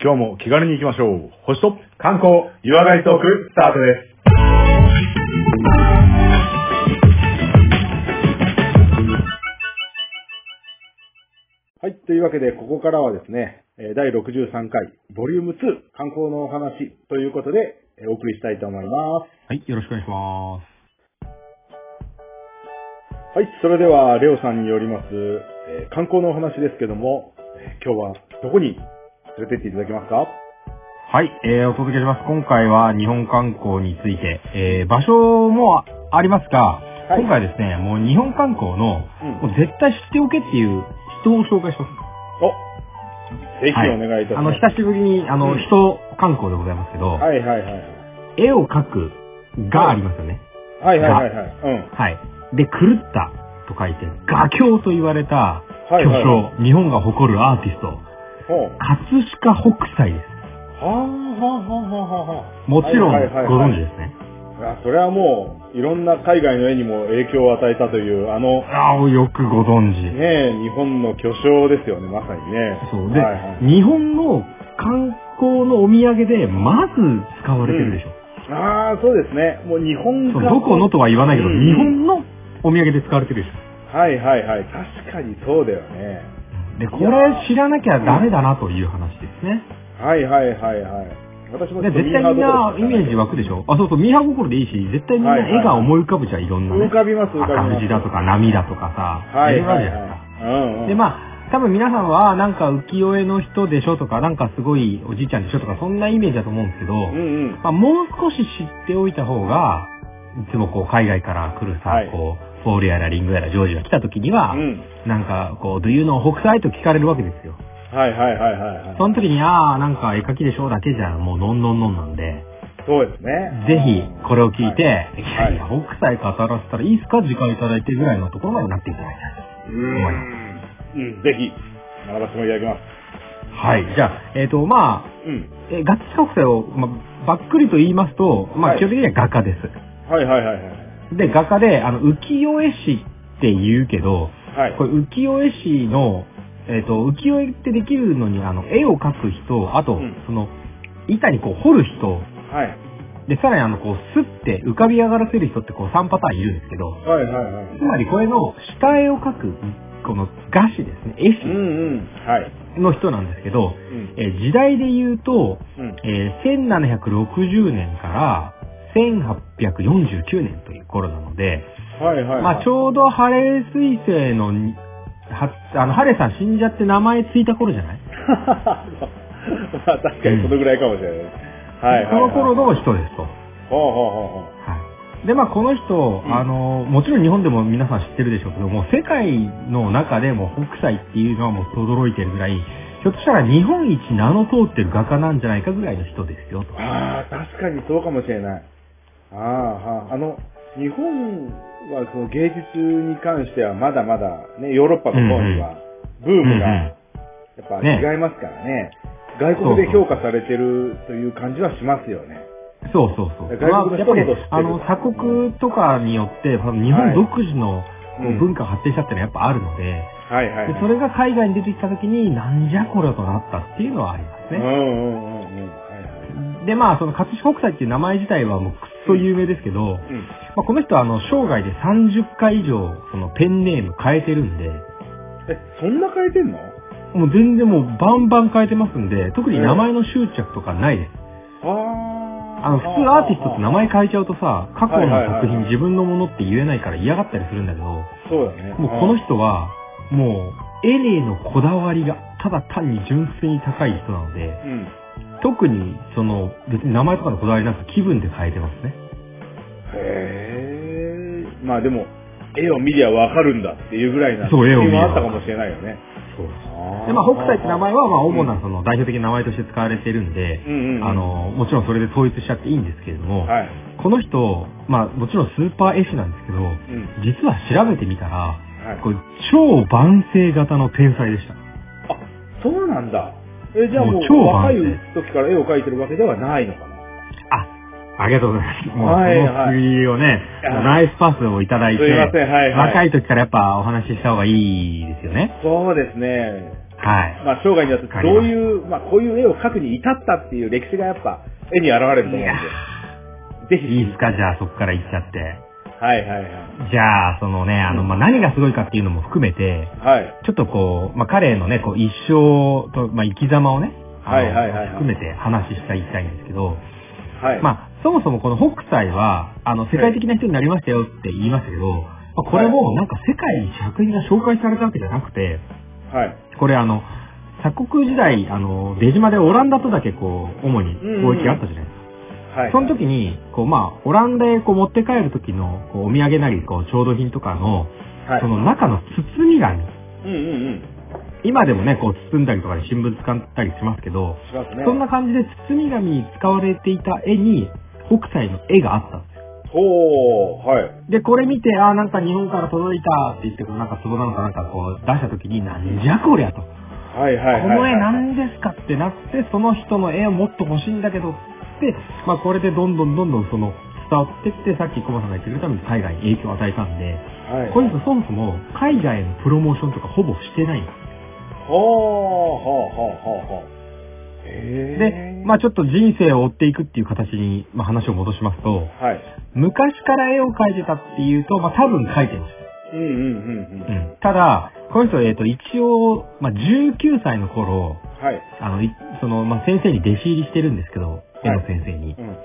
今日も気軽に行きましょう。星と観光、湯上がりトーク、スタートです。はい。というわけで、ここからはですね、えー第63回、ボリューム2、観光のお話ということで、えーお送りしたいと思います。はい、よろしくお願いします。はい。それでは、レオさんによります、えー観光のお話ですけども、えー今日はどこに連れてっていただけますかはい、えー、お届けします。今回は日本観光について、えー、場所もありますが、はい今回ですね、もう日本観光の、うんもう絶対知っておけっていう人を紹介します。おぜひお願いいたしあまの、す。久しぶりに、あの、うん人観光でございますけど、はいはいはい。絵を描くがありますよね。はいはいはいはい。うん。はい。で、狂ったと書いて、画狂と言われはたい巨匠、はいはい。日本が誇るアーティスト、ほう葛飾北斎です。はあはあはあはあはあ。もちろん、はいはいはいはいご存知ですね。いやそれはもう、いろんな海外の絵にも影響を与えたという、あの、ああ、よくご存知。ねえ、日本の巨匠ですよね、まさにね。そう。で、はいはい日本の観光のお土産で、まず使われてるでしょ。ああ、そうですね。もう日本そうがどこのとは言わないけど、うん日本のお土産で使われてるでしょ。はいはいはい。確かにそうだよね。で、これ知らなきゃダメだなという話ですね。はいはいはいはい。私もで、絶対みんなイメージ湧くでしょ。ょ。あ、そうそう、ミーハー心でいいし、絶対みんな絵が思い浮かぶじゃん、いろんな浮ね。かびます、浮かび赤ま富す。士だとか、波だとかさ、はいろろはあるいじゃはないいですか。。うんうん。で、まあ、多分皆さんは、なんか浮世絵の人でしょとか、なんかすごいおじいちゃんでしょとか、そんなイメージだと思うんですけど、うんうん。まあ、もう少し知っておいた方が、いつもこう、海外から来るさ、はいこう、ソウルやらリングやらジョージが来た時には、うん。なんかこう、Do you know 北斎と聞かれるわけですよ。はいはいはいはいはい。その時に、ああ、なんか絵描きでしょだけじゃ、もう、のんのんのんなんで、そうですね。ぜひ、これを聞いて、い、はやいいや、北斎語らせたらいいですか時間いただいてぐらいのところまでなっていただきたい。うん。うん、ぜひ、学ばせてもいただきます。はい。じゃあ、えっ、と、まあ、うん。えー、ガッツ国際を、まあ、ばっくりと言いますと、まはあ、い基本的には画家です。はいはいはいはい。で、画家で、あの、浮世絵師って言うけど、はい。これ浮世絵師の、えっ、と、浮世絵ってできるのに、あの、絵を描く人、あと、うんその、板にこう彫る人、はい。で、さらにあの、こう、すって浮かび上がらせる人ってこう、3パターンいるんですけど、はいはいはい。つまりこれの下絵を描く、この画師ですね、う絵んうん。はい。師の人なんですけど、うん。えー時代で言うと、うん。えー1760年から1849年という頃なので、はいはい。まあ、ちょうどハレー彗星のに、はあの、ハレーさん死んじゃって名前ついた頃じゃない、 まあ、確かにそのぐらいかもしれない。はいはい。この頃。の人ですと。はほうほうほうほう。い。で、まあ、この人、うんあの、もちろん日本でも皆さん知ってるでしょうけど、もう世界の中でも北斎っていうのはもう驚いてるぐらい、ひょっとしたら日本一名の通ってる画家なんじゃないかぐらいの人ですよと。ああ、確かにそうかもしれない。ああ、はあ、あの、日本はその芸術に関してはまだまだ、ね、ヨーロッパの方には、ブームが、うんうんやっぱ違いますからね。外国で評価されてるという感じはしますよね。そうそうそう。外国の人のこと知ってるまあやっぱりあの、鎖国とかによって、その日は本い独自のこううん文化が発展したってのはやっぱあるので、はいはい、はい。でそれが海外に出てきた時に、なんじゃこれとなったっていうのはありますうんね。うんうんうん。はいはい。で、まあ、その、葛飾北斎っていう名前自体はもうくっそ有名ですけど、うん。まあ、この人はあの、生涯で30回以上、その、ペンネーム変えてるんで、え、そんな変えてんのもう全然もうバンバン変えてますんで、特に名前の執着とかないです。ああの、普通アーティストって名前変えちゃうとさ、過去の作はいはいはい品自分のものって言えないから嫌がったりするんだけど、そうだね。もうこの人。人は、もう、エレーのこだわりが、ただ単に純粋に高い人なので、うん。特に、その、別に名前とかのこだわりなく気分で変えてますね。へえ。まあでも、絵を見りゃわかるんだっていうぐらいな。そう絵を見りゃあったかもしれないよね。そうであーまあ、北斎って名前は、まあ、主なうその代表的な名前として使われてるんで、んうんうん。あ、の、もちろんそれで統一しちゃっていいんですけれども、はい。この人、まあ、もちろんスーパー絵師なんですけど、うん。実は調べてみたら、はい。これ超万世型の天才でした。あ、そうなんだ。え、じゃあももうう超若晩い成時から絵を描いてるわけではないのかな。ありがとうございます。もう、こはいの次をね、はいもうナイスパスをいただすいいて、ません、はいはい。若い。い時からやっぱお話しした方がいいですよね。そうですね。はい。まあ、生涯にわたってどういう、まあ、こういう絵を描くに至ったっていう歴史がやっぱ、絵に現れると思うんいでや。ぜーひ。いいですかじゃあそこから行っちゃって。はいはいはじゃあ、そのね、あの、まあ、何がすごいかっていうのも含めて、い。はい。ちょっとこう、まあ、彼のね、こう、一生と、まあ、生き様をね、あのはいはいはいはい含めて話したいきたいんですけど、はい。まあ、そもそもこの北斎は、あの、世界的な人になりましたよって言いましたけど、まあこれもなんか世界に作品が紹介されたわけじゃなくて、はい。これあの、鎖国時代、あの、出島でオランダとだけこう、主に貿易があったじゃないですか。はい。その時に、こう、まあ、オランダへこう持って帰る時の、こう、お土産なり、こう、調度品とかの、はい。その中の包み紙。うんうんうん。今でもね、こう、包んだりとかで新聞使ったりしますけど、しますね。そんな感じで包み紙に使われていた絵に、北斎の絵があったんですよ。ほー、はい。で、これ見て、あーなんか日本から届いたって言って、こうなんか壺なのかなんかこう出した時に、なんじゃこりゃと。こはいはいはいはい。の絵何ですかってなって、その人の絵をもっと欲しいんだけどって、まあこれでどんどんどんどんその伝わってって、さっきコマさんが言ってくれたように海外に影響を与えたんで、はい。これそもそも海外へのプロモーションとかほぼしてないんですほー、ほー、ほー、ほー、ほー。へー。で、まあちょっと人生を追っていくっていう形に、まあ話を戻しますと、はい。昔から絵を描いてたっていうと、まあ多分描いてました。うんうんうんうん。ただ、この人、えっ、と、一応、まあ、19歳の頃、はい。あの、いその、まあ、先生に弟子入りしてるんですけど、絵の先生に。うん。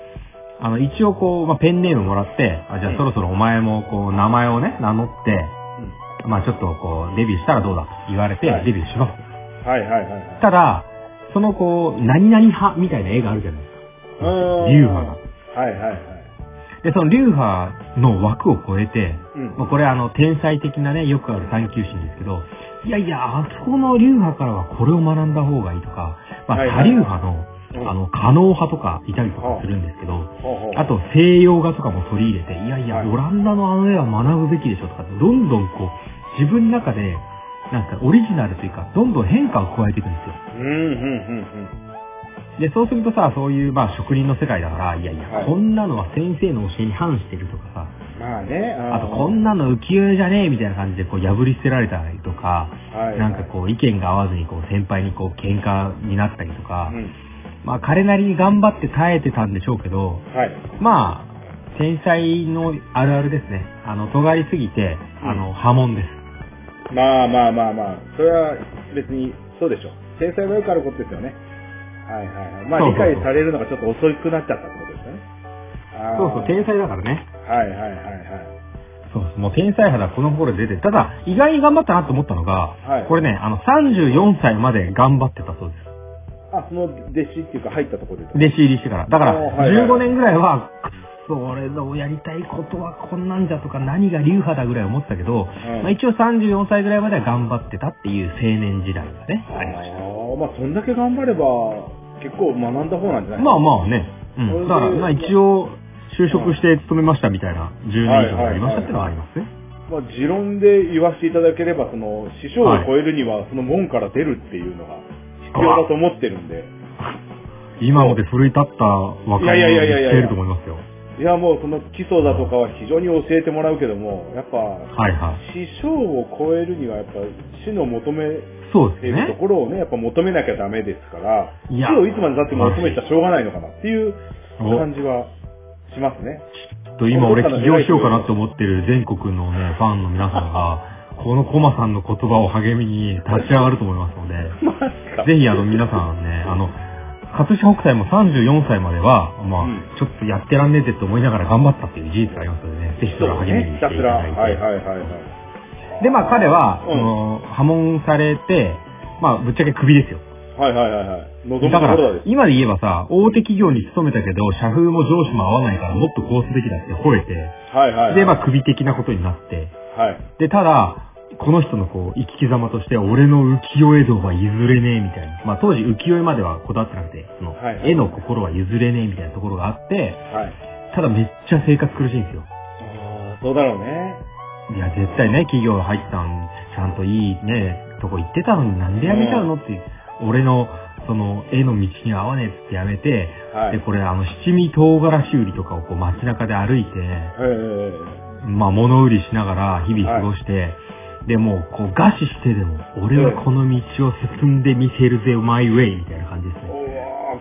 あの、一応こう、まあ、ペンネームもらって、あ、じゃうあんそろそろお前もこう、名前をね、名乗って、まあ、ちょっとこう、デビューしたらどうだと言われては、いデビューします。はいはいはいはい。ただ、そのこう、何々派みたいな絵があるじゃないですうか。ーん流派が。はいはいはい。で、その流派の枠を超えて、うん。まあ、これあの、天才的なね、よくある探求心ですけど、いやいや、あそこの流派からはこれを学んだ方がいいとか、まあ、はいはい他流派の、うんあの、可能派とかいたりとかするんですけど、ほうほう。あと西洋画とかも取り入れて、いやいや、はいオランダのあの絵は学ぶべきでしょとか、どんどんこう、自分の中で、なんかオリジナルというか、どんどん変化を加えていくんですよ。うんうんうんで、そうするとさ、そういう、まあ、職人の世界だから、いやいはや、いこんなのは先生の教えに反してるとかさ、うん。まあね。あと、こんなの浮世絵じゃねえみたいな感じで、こう、破り捨てられたりとか、な、はいはいなんかこう、意見が合わずに、こう、先輩にこう、喧嘩になったりとかう、ん。まあ、彼なりに頑張って耐えてたんでしょうけど、はい。まあ、天才のあるあるですね。あの、尖りすぎて、うんあの、波紋です。まあまあまあまあ、それは別にそうでしょう。天才がよくあることですよね。はいはいはい。まあそう理そうそう解されるのがちょっと遅くなっちゃったってことですよね。あーそうそう、天才だからね。はいはいはいはい。そうそう、もう天才肌この頃出て、ただ、意外に頑張ったなと思ったのが、はいこれね、あの、34歳まで頑張ってたそうです。あ、その弟子っていうか入ったところで。弟子入りしてから。だかおーら、はいはいはい15年ぐらいは、くっそ、俺のやりたいことはこんなんじゃとか、何が流派だぐらい思ってたけど、うんまあ、一応34歳ぐらいまでは頑張ってたっていう青年時代がね、ありましああ、まあそんだけ頑張れば、結構学んだ方なんじゃた。ないまあまあね、うん。だから、まあ一応、就職して勤めましたみたいな、10年以上ありましたってのはありますね。まあ、持論で言わせていただければ、その、師匠を超えるには、その門から出るっていうのが必要だと思ってるんで。今まで奮い立った若いいやいや者いにやいやしていると思いますよ。いや、もうその基礎だとかは非常に教えてもらうけども、やっぱ、はいはい。師匠を超えるには、やっぱ、師の求めそうでてすいるとね。ころをね、やっぱ求めなきゃダメですから、い師やをいつまで経っても求めちゃしょうがないのかなっていうお感じはしますね。と今俺起業しようかなと思ってる全国のね、ファンの皆さ んが、このコマさんの言葉を励みに立ち上がると思いますので、マジか。ぜひあの皆さんね、あの、葛飾北斎も34歳までは、まあ、うんちょっとやってらんねえぜって思いながら頑張ったっていう事実がありますのでね、ぜひそれをそう励みねに、しひたてすいたら。はだいいて。はいはいはい。で、まあ彼は、うんその、破門されて、まあぶっちゃけクビですよ。はいはいはいはい。望だむとかこらろだです。今で言えばさ、大手企業に勤めたけど、社風も上司も合わないからもっとこうすべきだって吠えて、はいはい、はい。で、まあクビ的なことになって、はい。で、ただ、この人のこう、生き様として、俺の浮世絵像は譲れねえみたいな。まあ当時浮世絵まではこだわってなくて、そのはい、はい絵の心は譲れねえみたいなところがあって、はい。ただめっちゃ生活苦しいんですよ。ああ、そうだろうね。いや、絶対ね、企業入ったん、ちゃんといいね、とこ行ってたのになんで辞めちゃうのって、俺の、その、絵の道に合わねえっつって辞めて、はい。で、これあの、七味唐辛子売りとかをこう街中で歩いて、ええまあ物売りしながら日々過ごして、でもう、こう、餓死してでも、俺はこの道を進んでみせるぜ、マイウェイみたいな感じですね。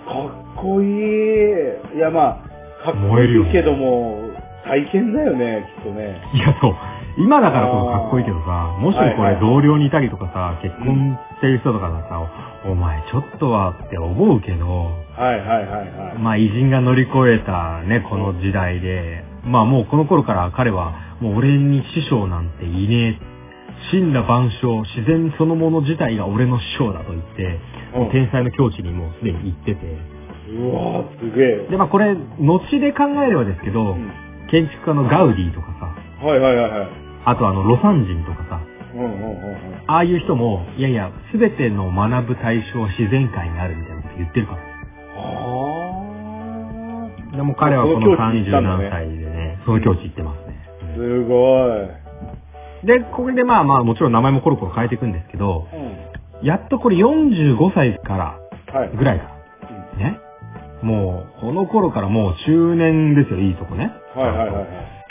おー、かっこいい。いや、まあ、かっこ燃えるよいいねけども、大変だよね、きっとね。いや、そう。今だからこそかっこいいけどさ、もしこはいはれい同僚にいたりとかさ、結婚してる人とかださ、お前ちょっとはって思うけど、はいはいはいはい。まあ偉人が乗り越えたね、この時代で、まあもうこの頃から彼は、もう俺に師匠なんていねえ。真羅万象、自然そのもの自体が俺の師匠だと言って、もう天才の境地にもうすでに行ってて。うんうわー、すげえ。で、まあこれ、後で考えればですけどう、ん建築家のガウディとかさ、はいはいはいはい。あとあの、魯山人とかさ、うんうんうんうん。ああいう人も、いやいや、すべての学ぶ対象は自然界にあるみたいなこと言ってるから。あー。でもう彼はこのその境地に行っ30たんだね何歳でね、その境地行ってますね。すごい。で、これでまあまあもちろん名前もコロコロ変えていくんですけど、うん。やっとこれ45歳からはい。ぐらいから、ね。もう、この頃からもう中年ですよ、いいとこね。はいはいはいはい。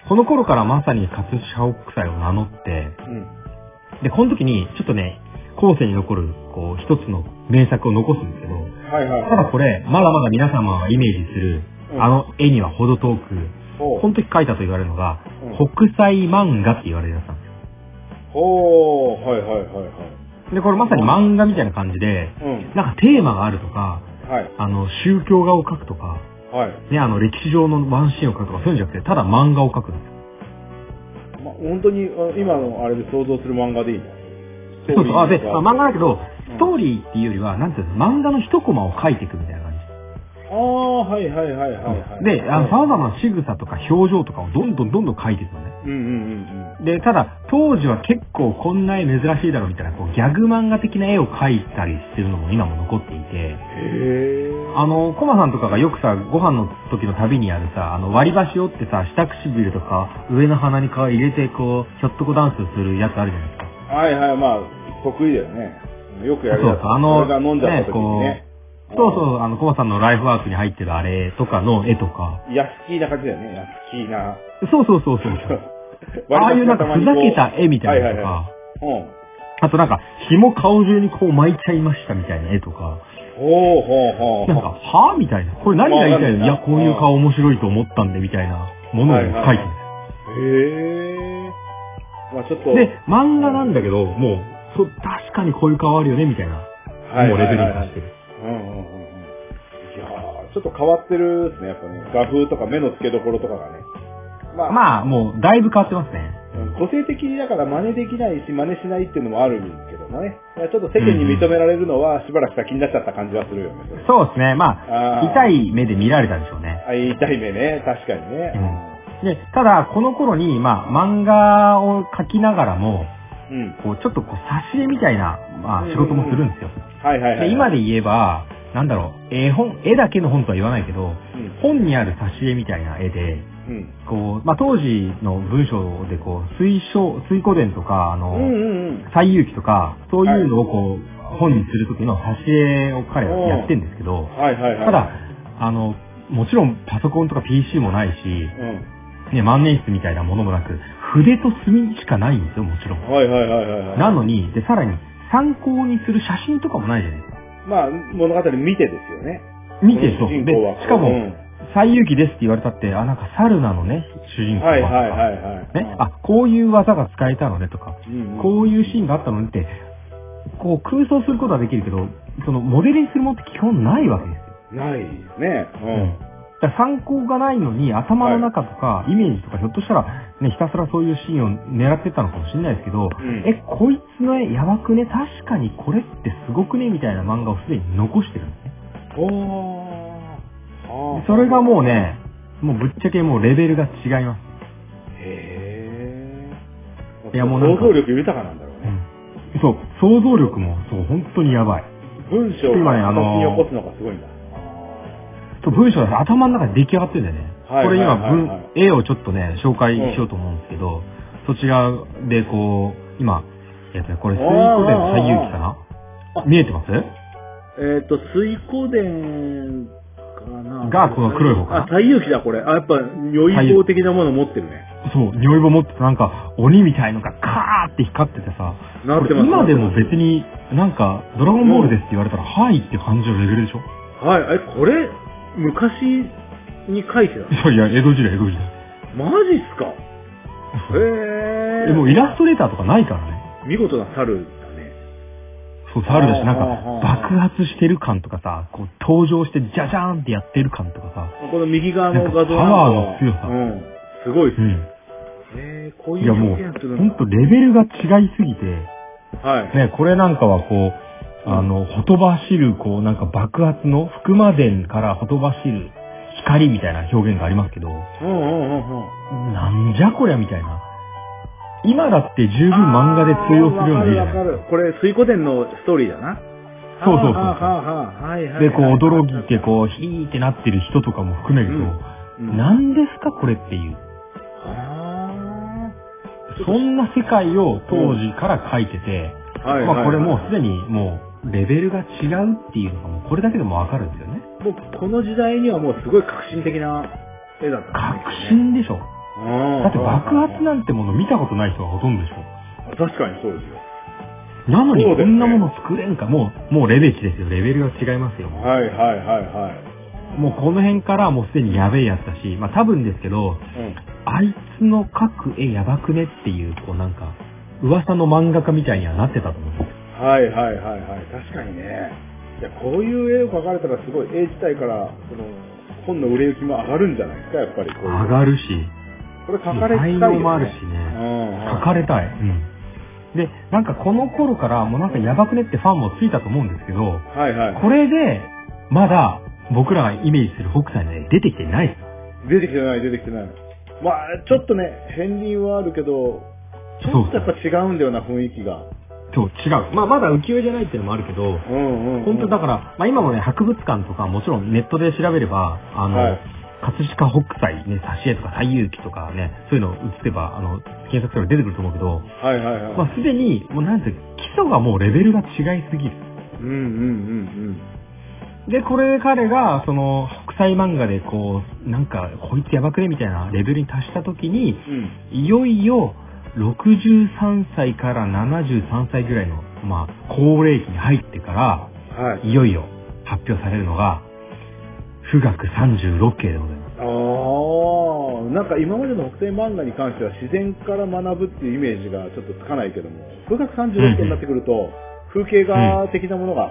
この頃からまさに葛飾北斎を名乗って、うん。で、この時にちょっとね、後世に残る、こう、一つの名作を残すんですけど、はいはいたはだこれ、まだまだ皆様がイメージする、うんあの絵には程遠く、い。ほこの時書いたと言われるのが、うん北斎漫画って言われるやつなんですよ。ほう。はいはいはいはい。で、これまさに漫画みたいな感じで、うん。なんかテーマがあるとか、はい。あの、宗教画を描くとか、はい。ね、あの、歴史上のワンシーンを描くとか、そういうんじゃなくて、ただ漫画を描くんですよ。まあ、本当に、あ今のあれで想像する漫画でいいんだ。ストそーうリーそう。あ、で、があ漫画だけうど、んストーリーっていうよりは、なんていうの、漫画の一コマを描いていくみたいな感じ。ああ、はいはいはいはいはい。で、あの、は様々な仕草とか表情とかをどんどんどんどん描いていくのね。いうんうんで、ただ、当時は結構こんな絵珍しいだろうみたいな、こう、ギャグ漫画的な絵を描いたりしてるのも今も残ってういて、んうん。へえ。あの、コマさんとかがよくさ、ご飯の時の旅にあるさ、あの、割り箸折ってさ、下唇とか、上の鼻に皮入れて、こう、ひょっとこダンスするやつあるじゃないですか。はいはい、まあ、得意だよね。よくやるやそうつ。そうあの俺が飲んじゃった時にね。そうう。そう、あの、コマさんのライフワークに入ってるあれとかの絵とか。安っきいな感じだよね。安っきいな。そうそうそうそう。ああいうなんかふざけた絵みたいなのとはか、いはいはい。うん。あとなんか、紐顔中にこう巻いちゃいましたみたいな絵とか。ほうほうほう。なんか、はぁみたいな。これ何が言いたいのいまあや、こういう顔面白いと思ったんで、みたいなものを書いてはいはいる。へえ。まあちょっと。で、漫画なんだけど、もう、そう確かにこういう顔あるよね、みたいな。はいもうはいレベはいルには達いしてる。うんうんうんうん。いやー、ちょっと変わってるですね、やっぱね。画風とか目の付けどころとかがね。まあ、まあ、もう、だいぶ変わってますね。うん個性的だから真似できないし、真似しないっていうのもあるんですけどもね。いやちょっと世間に認められるのは、しばらく先になっちゃった感じはするよね。そうですね。まああ、ー痛い目で見られたんでしょうね。あ痛い目ね、確かにね。で、ただ、この頃に、まあ、漫画を描きながらも、うん。うん。こう、ちょっとこう、挿絵みたいな、まあ、仕事もするんですよ。はいはいはい。で、今で言えば、なんだろう、絵本、絵だけの本とは言わないけど、うん。本にある挿絵みたいな絵で、うん。こう、まあ、当時の文章でこう、水晶、水古伝とか、あうんの、うんうん。西遊記とか、そういうのをこう、本にするときの挿絵を彼はやってんですけど、はいはいはい。ただ、、あの、もちろんパソコンとか PC もないし、うん。ね、万年筆みたいなものもなく、筆と墨しかないんですよ、もちろん。はいはいはいはいはい。なのに、で、さらに、参考にする写真とかもないじゃないですか。まあ、物語見てですよね。見て、そう。主人で公は、しかうも、ん西遊記ですって言われたって、あ、なんか猿なのね、主人公ははいとか。はいはいはい。ね、あ、こういう技が使えたのねとか、うん、こういうシーンがあったのねって、こう空想することはできるけど、そのモデルにするものって基本ないわけですよ。ないね。ううんだから参考がないのに頭の中とかイメージとかひょっとしたら、ね、ひたすらそういうシーンを狙ってたのかもしれないですけど、んえ、こいつの絵やばくね確かにこれってすごくねみたいな漫画をすでに残してるんですね。おでそれがもうね。ね、もうぶっちゃけもうレベルが違います。へえ。いやもうなんか想像力豊かなんだろううね。んそう、想像力もそう、本当にやばい。文章を今ねあ形にの起こすのがすごいんだ。そう文章が頭の中で出来上がってるんだよね。はいこれは今いはいはい文、絵をちょっとね、紹介しようと思うんですけど、そちらでこう、今、えっとね、これ、あ水ー曜での最有機かなあー見えてますえっと、水光伝かながこの黒い方かなあ、太陽記だこれ。あ、やっぱ、如意棒的なもの持ってるね。そう、尿棒持ってたなんか、鬼みたいのがカーって光っててさ、なってこまれす。今でもなって別になんか、ドラゴンボールですって言われたら、はいって感じのレベルでしょます。はい、え、これ、昔に書いてた。いやいや、江戸時代、江戸時代。マジっすかへえ。でもイラストレーターとかないからね。見事な猿だね。そう、猿だし、なんあかあ、爆発してる感とかさ、こう、登場して、ジャジャーンってやってる感とかさ、この右側の画像なんかパワーの強さうん。すごいっすうね。ん。へえ、こういいうや、も表現すう、るほんんだと、レベルが違いすぎて、はい。ね、これなんかはこう、あの、ほとばしる、こう、なんか爆発の、福間伝からほとばしる光みたいな表現がありますけど、うんうんうんうん。なんじゃこりゃみたいな。今だって十分漫画で通用するような絵じゃあーわかるわないかる。これ、水湖伝のストーリーだな。そうそうそうはあはあはあはいはいはい。で、こう、驚いて、こう、ヒーってなってる人とかも含めるうと、ん何ですかこれっていう。あそんな世界を当時から描いてて、ーはいはいはい。まあこれもうすでにもう、レベルが違うっていうのがもうこれだけでもわかるんですよね。もうこの時代にはもうすごい革新的な絵だったん革ですね。新でしょ。うんだって爆発なんてもの見たことない人がほとんどでしょ。確かにそうですよ。なのにそうこですねんなもの作れんか、もう、もうレベチですよ。レベルが違いますよ。もはいはいはいはうもうこの辺からもうすでにやべえやつだし、まあ多分ですけど、い。うん。あいつの描く絵やばくねっていう、こうなんか、噂の漫画家みたいにはなってたと思うんですよはいはいはいはい。確かにね。いや、こういう絵を描かれたらすごい、絵自体から、その、本の売れ行きも上がるんじゃないですか、やっぱりこういう。上がるし、これ描かれたいよ、才ね。能もあるしうね。んうん。描かれたい。うん。で、なんかこの頃からもうなんかやばくねってファンもついたと思うんですけど、はいはい。これで、まだ僕らがイメージする北斎の絵出てきてないです。出てきてない、出てきてない。まあ、ちょっとね、片鱗はあるけど、ちょっとやっぱ違うんだよな、雰囲気が。そう、違う。まあ、まだ浮世絵じゃないっていうのもあるけど、うんうん、うん。本当だから、まあ今もね、博物館とかもちろんネットで調べれば、あの、はい葛飾北斎、ね、挿絵とか西遊記とかね、そういうのを打ってば、あの、検索すれば出てくると思うけど、はいはいはい。まあすでに、もうなんていうか基礎がもうレベルが違いすぎる。うんうんうんで、これで彼が、その、北斎漫画でこう、なんか、こいつやばくねみたいなレベルに達した時に、うん。うん。いよいよ、63歳から73歳ぐらいの、まあ、高齢期に入ってから、はい。いよいよ発表されるのが、富岳36景でございます。ああ、なんか今までの北西漫画に関しては自然から学ぶっていうイメージがちょっとつかないけども、9月36件になってくると、風景画的なものが、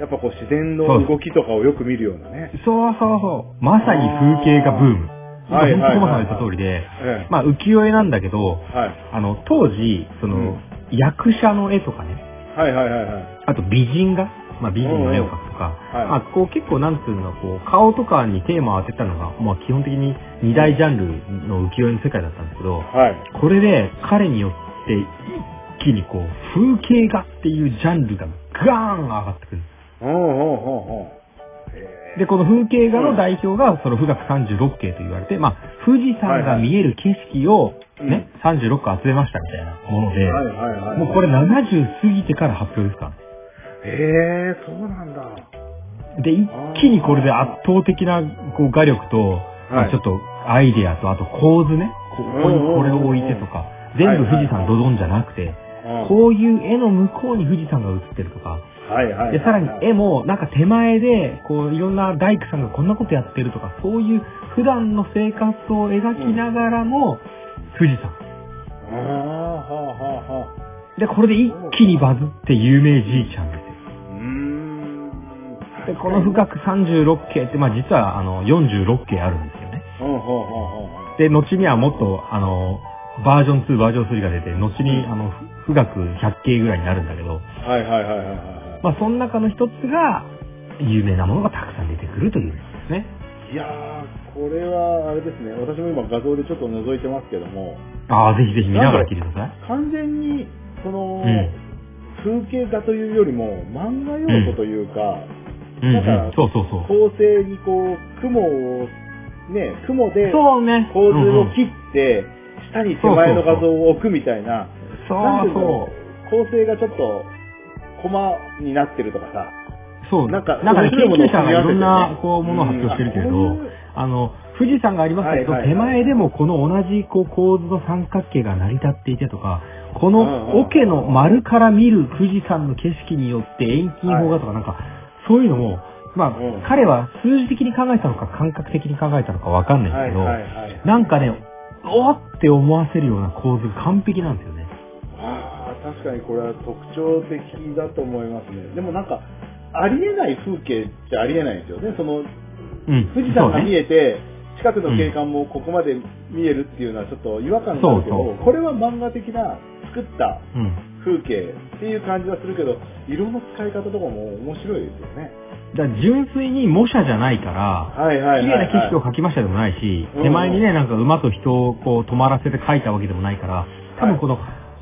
やっぱこう自然の動きとかをよく見るようなね。そうそうそう。まさに風景画ブーム。今、はい本当はいコマさはんいが言った通りで、えまあ、浮世絵なんだけど、えはい。あの、当時、その、うん役者の絵とかね、はいはいはいはい。あと美人画、まあ、美人の絵を描くとか、うんうんはいまあ、こう結構なんつうのか、こう、顔とかにテーマを当てたのが、まあ、基本的に二大ジャンルの浮世絵の世界だったんですけど、はい。これで彼によって一気にこう、風景画っていうジャンルがガーン上がってくる。うんうんうんうん。で、この風景画の代表が、その富岳36景と言われて、まあ、富士山が見える景色をはいはね、36個集めましたみたいなもので、はいはいはい。もうこれ70過ぎてから発表ですかへえ、そうなんだ。はら。で、一気にこれで圧倒的なこう画力と、まあいちょっとアイデアと、あと構図ね、ここにこれを置いてとか、全部富士山ドドンじゃなくて、うんこういう絵の向こうに富士山が映ってるとか、はいはいはい。で、さらに絵も、なんか手前で、こう、いろんな大工さんがこんなことやってるとか、そういう普段の生活を描きながらも、富士山。ああ、はあはあはあ。で、これで一気にバズって有名じいちゃんですうーん。よ。で、この深く36景って、まあ実は、あの、46景あるんですよね。うんうんうんうんうん。で、後にはもっと、あの、バージョン2、バージョン3が出て、後に、あの、富岳100景ぐらいになるんだけど、はいはいはいはいはまあその中の一つが、有名なものがたくさん出てくるというですね。い。いやー、これはあれですね、私も今画像でちょっと覗いてますけども、ああ、ぜひぜひ見ながら聞いてください。完全に、その、うん風景画というよりも漫画要素というか、うんだからうん、そうそうそう。構成にこう、雲を、ね、雲でそうね。構図うんうをん切って、下に手前の画像を置くみたいな、なんていそううのそう。構成がちょっと、コマになってるとかさ。そう。ななんんかか、なんかね、研面白いもの究を者がいろんな、こう、組もみのを合わせてね発表してるけうどん、あの、富士山がありますけど、はいはいはい手前でもこの同じ、こう、構図の三角形が成り立っていてとか、こうんのうん桶の丸から見る富士山の景色によって遠近法がとかなんか、そういうのも、まうんあ、彼は数字的に考えたのか感覚的に考えたのかわかんないんだはけいど、はいはい。なんかね、おーって思わせるような構図が完璧なんですよね。ああ、確かにこれは特徴的だと思いますね。でもなんか、ありえない風景ってありえないですよね。その、うん。富士山が見ええて、近くの景観もここまで見えるっていうのはちょっと違和感があるけど、そうそこれは漫画的な作ったそうね。風景っていう感じはするけど、色の使い方とかも面白いですよね。うん。だから純粋に模写じゃないから、はいはい綺は麗い、な景色を描きましたでもないし、うん手前にね、なんか馬と人をこう止まらせて描いたわけでもないから、多分この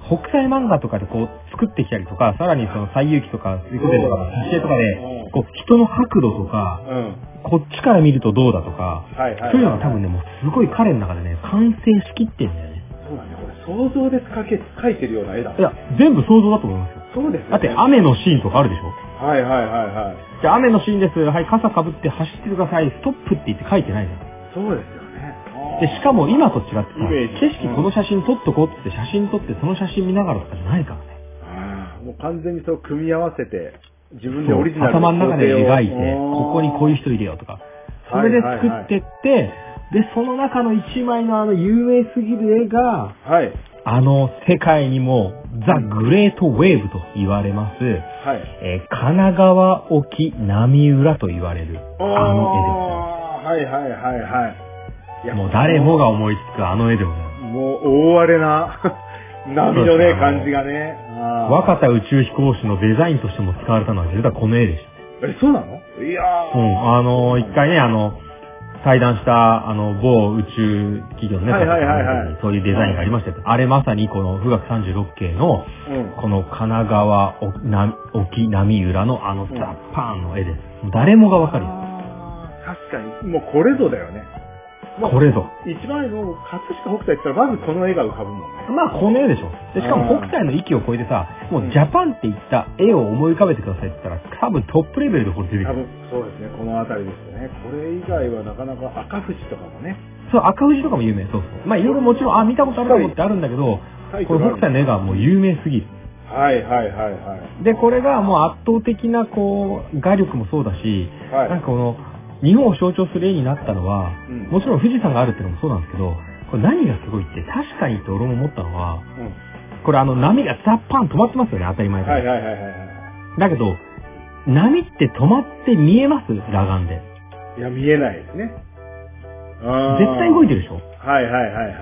北斎漫画とかでこう作ってきたりとか、さらにその西遊記とか水滸伝とかの挿絵とかで、こう人の白度とか、うん。うん。こっちから見るとどうだとか、はいはい、はい。そういうのが多分ね、もうすごい彼の中でね、完成しきってんだよね。そうだね、これ想像で描け、描いてるような絵だ。いや、全部想像だと思いますよ。そうですよね。だって雨のシーンとかあるでしょはいはいはいはい。じゃあ雨のシーンです。はい、傘かぶって走ってください。ストップって言って書いてないじゃそん。うですよね。で、しかも今と違ってさ、イメージ景色この写真撮っとこうって写真撮ってその写真見ながらとかじゃないからね。あー、もう完全にそれを組み合わせて、自分でそうオリジナル頭の中で描いて、工程をここにこういう人入れようとか。それで作ってって、で、その中の一枚のあの有名すぎる絵が、はい。あの世界にもザ・グレート・ウェーブと言われます、はい。えー神奈川沖波浦と言われるあのあー、はいはいはいはい。い絵です。もう誰もが思いつくあの絵でございます。もう大荒れ な波のね、感じがね。あー若田宇宙飛行士のデザインとしても使われたのは実はこの絵でした。え、そうなのいやー。うん、あの、一回ね、あの、対談した、あの、某宇宙企業のね、はいはいはいはい方々にそういうデザインがありましたよあれまさにこの、富岳36系の、うん。この神奈川沖な沖波浦のあのんザ・パーンの絵です。誰もがわかるよ。あー確かに、もうこれぞだよね。もうこれぞ。一番もう、葛飾北斎って言ったらまずこの絵が浮かぶもんね。まあ、この絵でしょ。で、しかも北斎の域を超えてさ、もううんジャパンって言った絵を思い浮かべてくださいって言ったら、多分トップレベルでこれ出てく多る。分そうですね、この辺りですね。これ以外はなかなか赤富士とかもね、そう、赤富士とかも有名。そうそう。まあ、いろいろもちろん、あ、見たことあるかもってあるんだけど、タイトこルあのる北斎の絵がもう有名すぎる。はいはいはいはい。で、これがもう圧倒的な、こう、画力もそうだし、はい。なんかこの、日本を象徴する絵になったのは、うんもちろん富士山があるっていうのもそうなんですけど、これ何がすごいって、確かにって俺も思ったのうは、んこれあの波がザッパン止まってますよね、当たり前だはけいど。はいはいはいはだけど、波って止まって見えます裸眼で。い。いや、見えないですね。あー絶対動いてるでしょはいはいはいはい。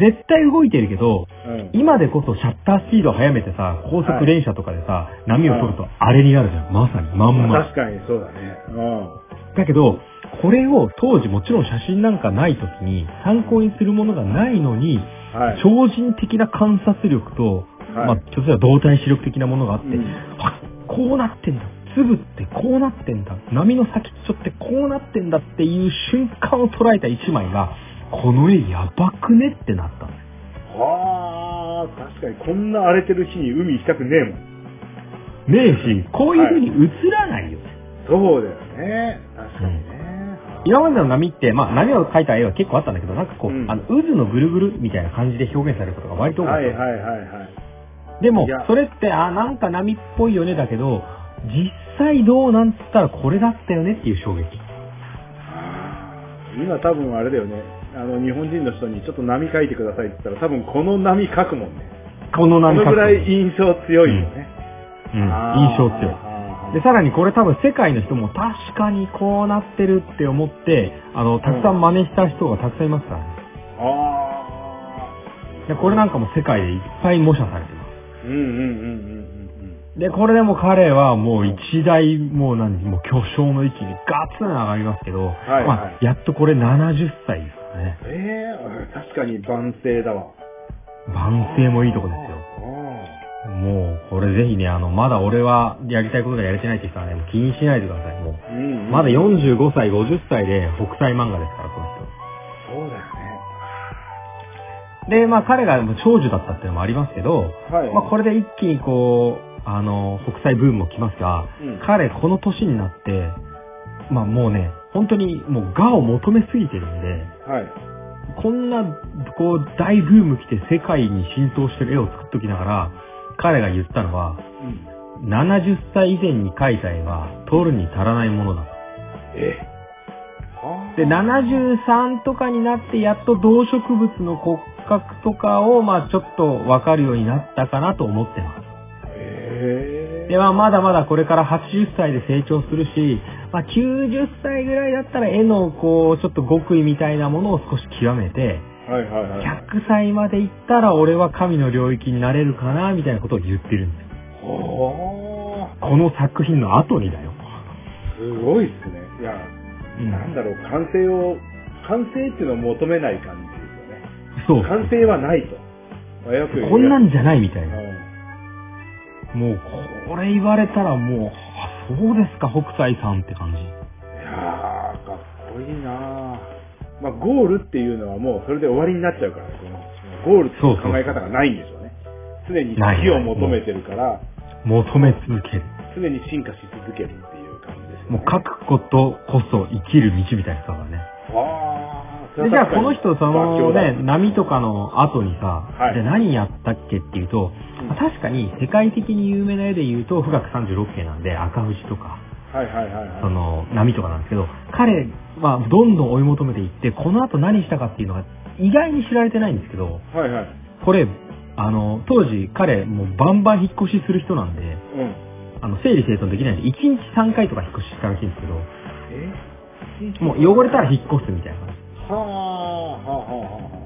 絶対動いてるけど、うん、今でこそシャッタースピードを速めてさ、高速連射とかでさ、波を撮るとあれになるじゃん。まさに、まんま。確かにそうだね。うん。だけど、これを当時もちろん写真なんかない時に参考にするものがないのに、はい。超人的な観察力と、はいまあ、ちょっとした動体視力的なものがあって、うんあこうなってんだ。粒ってこうなってんだ。波の先っちょってこうなってんだっていう瞬間を捉えた一枚が、この絵やばくねってなったんです。はあ、確かにこんな荒れてる日に海行きたくねえもん。ねえし、こういう風に映らないよね。そうだよね。確かにね。今までの波って、まあ、波を描いた絵は結構あったんだけど、なんかこう、うんあの、渦のぐるぐるみたいな感じで表現されることが割と多かっはたいはいはいはい。でもいや、それって、あ、なんか波っぽいよねだけど、実際どうなんつったらこれだったよねっていう衝撃。今多分あれだよね。あの、日本人の人にちょっと波書いてくださいって言ったら多分この波書くもんね。このこの波ぐらいい、印象強いよね。うん、あー印象強い。あーで、さらにこれ多分世界の人も確かにこうなってるって思って、あの、たくさん真似した人がたくさんいますからね。あで、これなんかも世界でいっぱい模写されてまー。うんうんうんうんす。で、これでも彼はもう一大、もう何、もう巨匠の域にガツン上がりますけど、はいまあ、やっとこれ70歳ですからね。うんうん。ええー、確かに万世だわ。万世もいいとこですよ。あもう、これぜひね、あの、まだ俺はやりたいことがやれてないって人はね、もう気にしないでください。もーうんう、うんまだ45歳、50歳で北斎漫画ですから、このそうだよね。人。で、まあ彼がもう長寿だったっていうのもありますけど、はい。まあこれで一気にこう、あの、北斎ブームも来ますが、うん彼この年になって、まあもうね、本当にもう我を求めすぎてるんで、はい。こんな、こう、大ブーム来て世界に浸透してる絵を作っときながら、彼が言ったのは、うん。 70歳以前に描いた絵は、撮るに足らないものだと。えあーで、73とかになって、やっと動植物の骨格とかを、まあちょっとわかるようになったかなと思ってます。えで、まあ、まだまだこれから80歳で成長するし、まあ、90歳ぐらいだったら絵のこう、ちょっと極意みたいなものを少し極めて、はいはいはい。 100歳まで行ったら俺は神の領域になれるかな、みたいなことを言ってるんですよ。ほーこの作品の後にだよ。すごいっすね。いや、うんなんだろう、完成を、完成っていうのを求めない感じですよね。そう。完成はないと。まあよく言うこんなんじゃないみたういな。んもう、これ言われたらもう、あ、そうですか、北斎さんって感じ。いやー、かっこいいなーまあ、ゴールっていうのはもうそれで終わりになっちゃうから、ね、このゴールっていう考え方がないんでしょうね。常にない死を求めてるから、求め続ける。常に進化し続けるっていう感じですよね。もう書くことこそ生きる道みたいな人だからね。あーそれではじゃ確かあこにの人そ妥の協だね、波とかの後にさ、はいじゃあ何やったっけっていうと、うんまあ確かに世界的に有名な絵で言うと、富岳36景なんで赤富士とか、はいはいはいそはい。の波とかなんですけど、彼はどんどん追い求めていって、この後何したかっていうのが意外に知られてないんですけど、はいはい。これ、あの、当時彼もうバンバン引っ越しする人なんで、うん。あの、整理整頓できないんで、1日3回とか引っ越ししたらしいんですけど、えもう汚れたら引っ越すみたいな感じ。はあ、はあ、は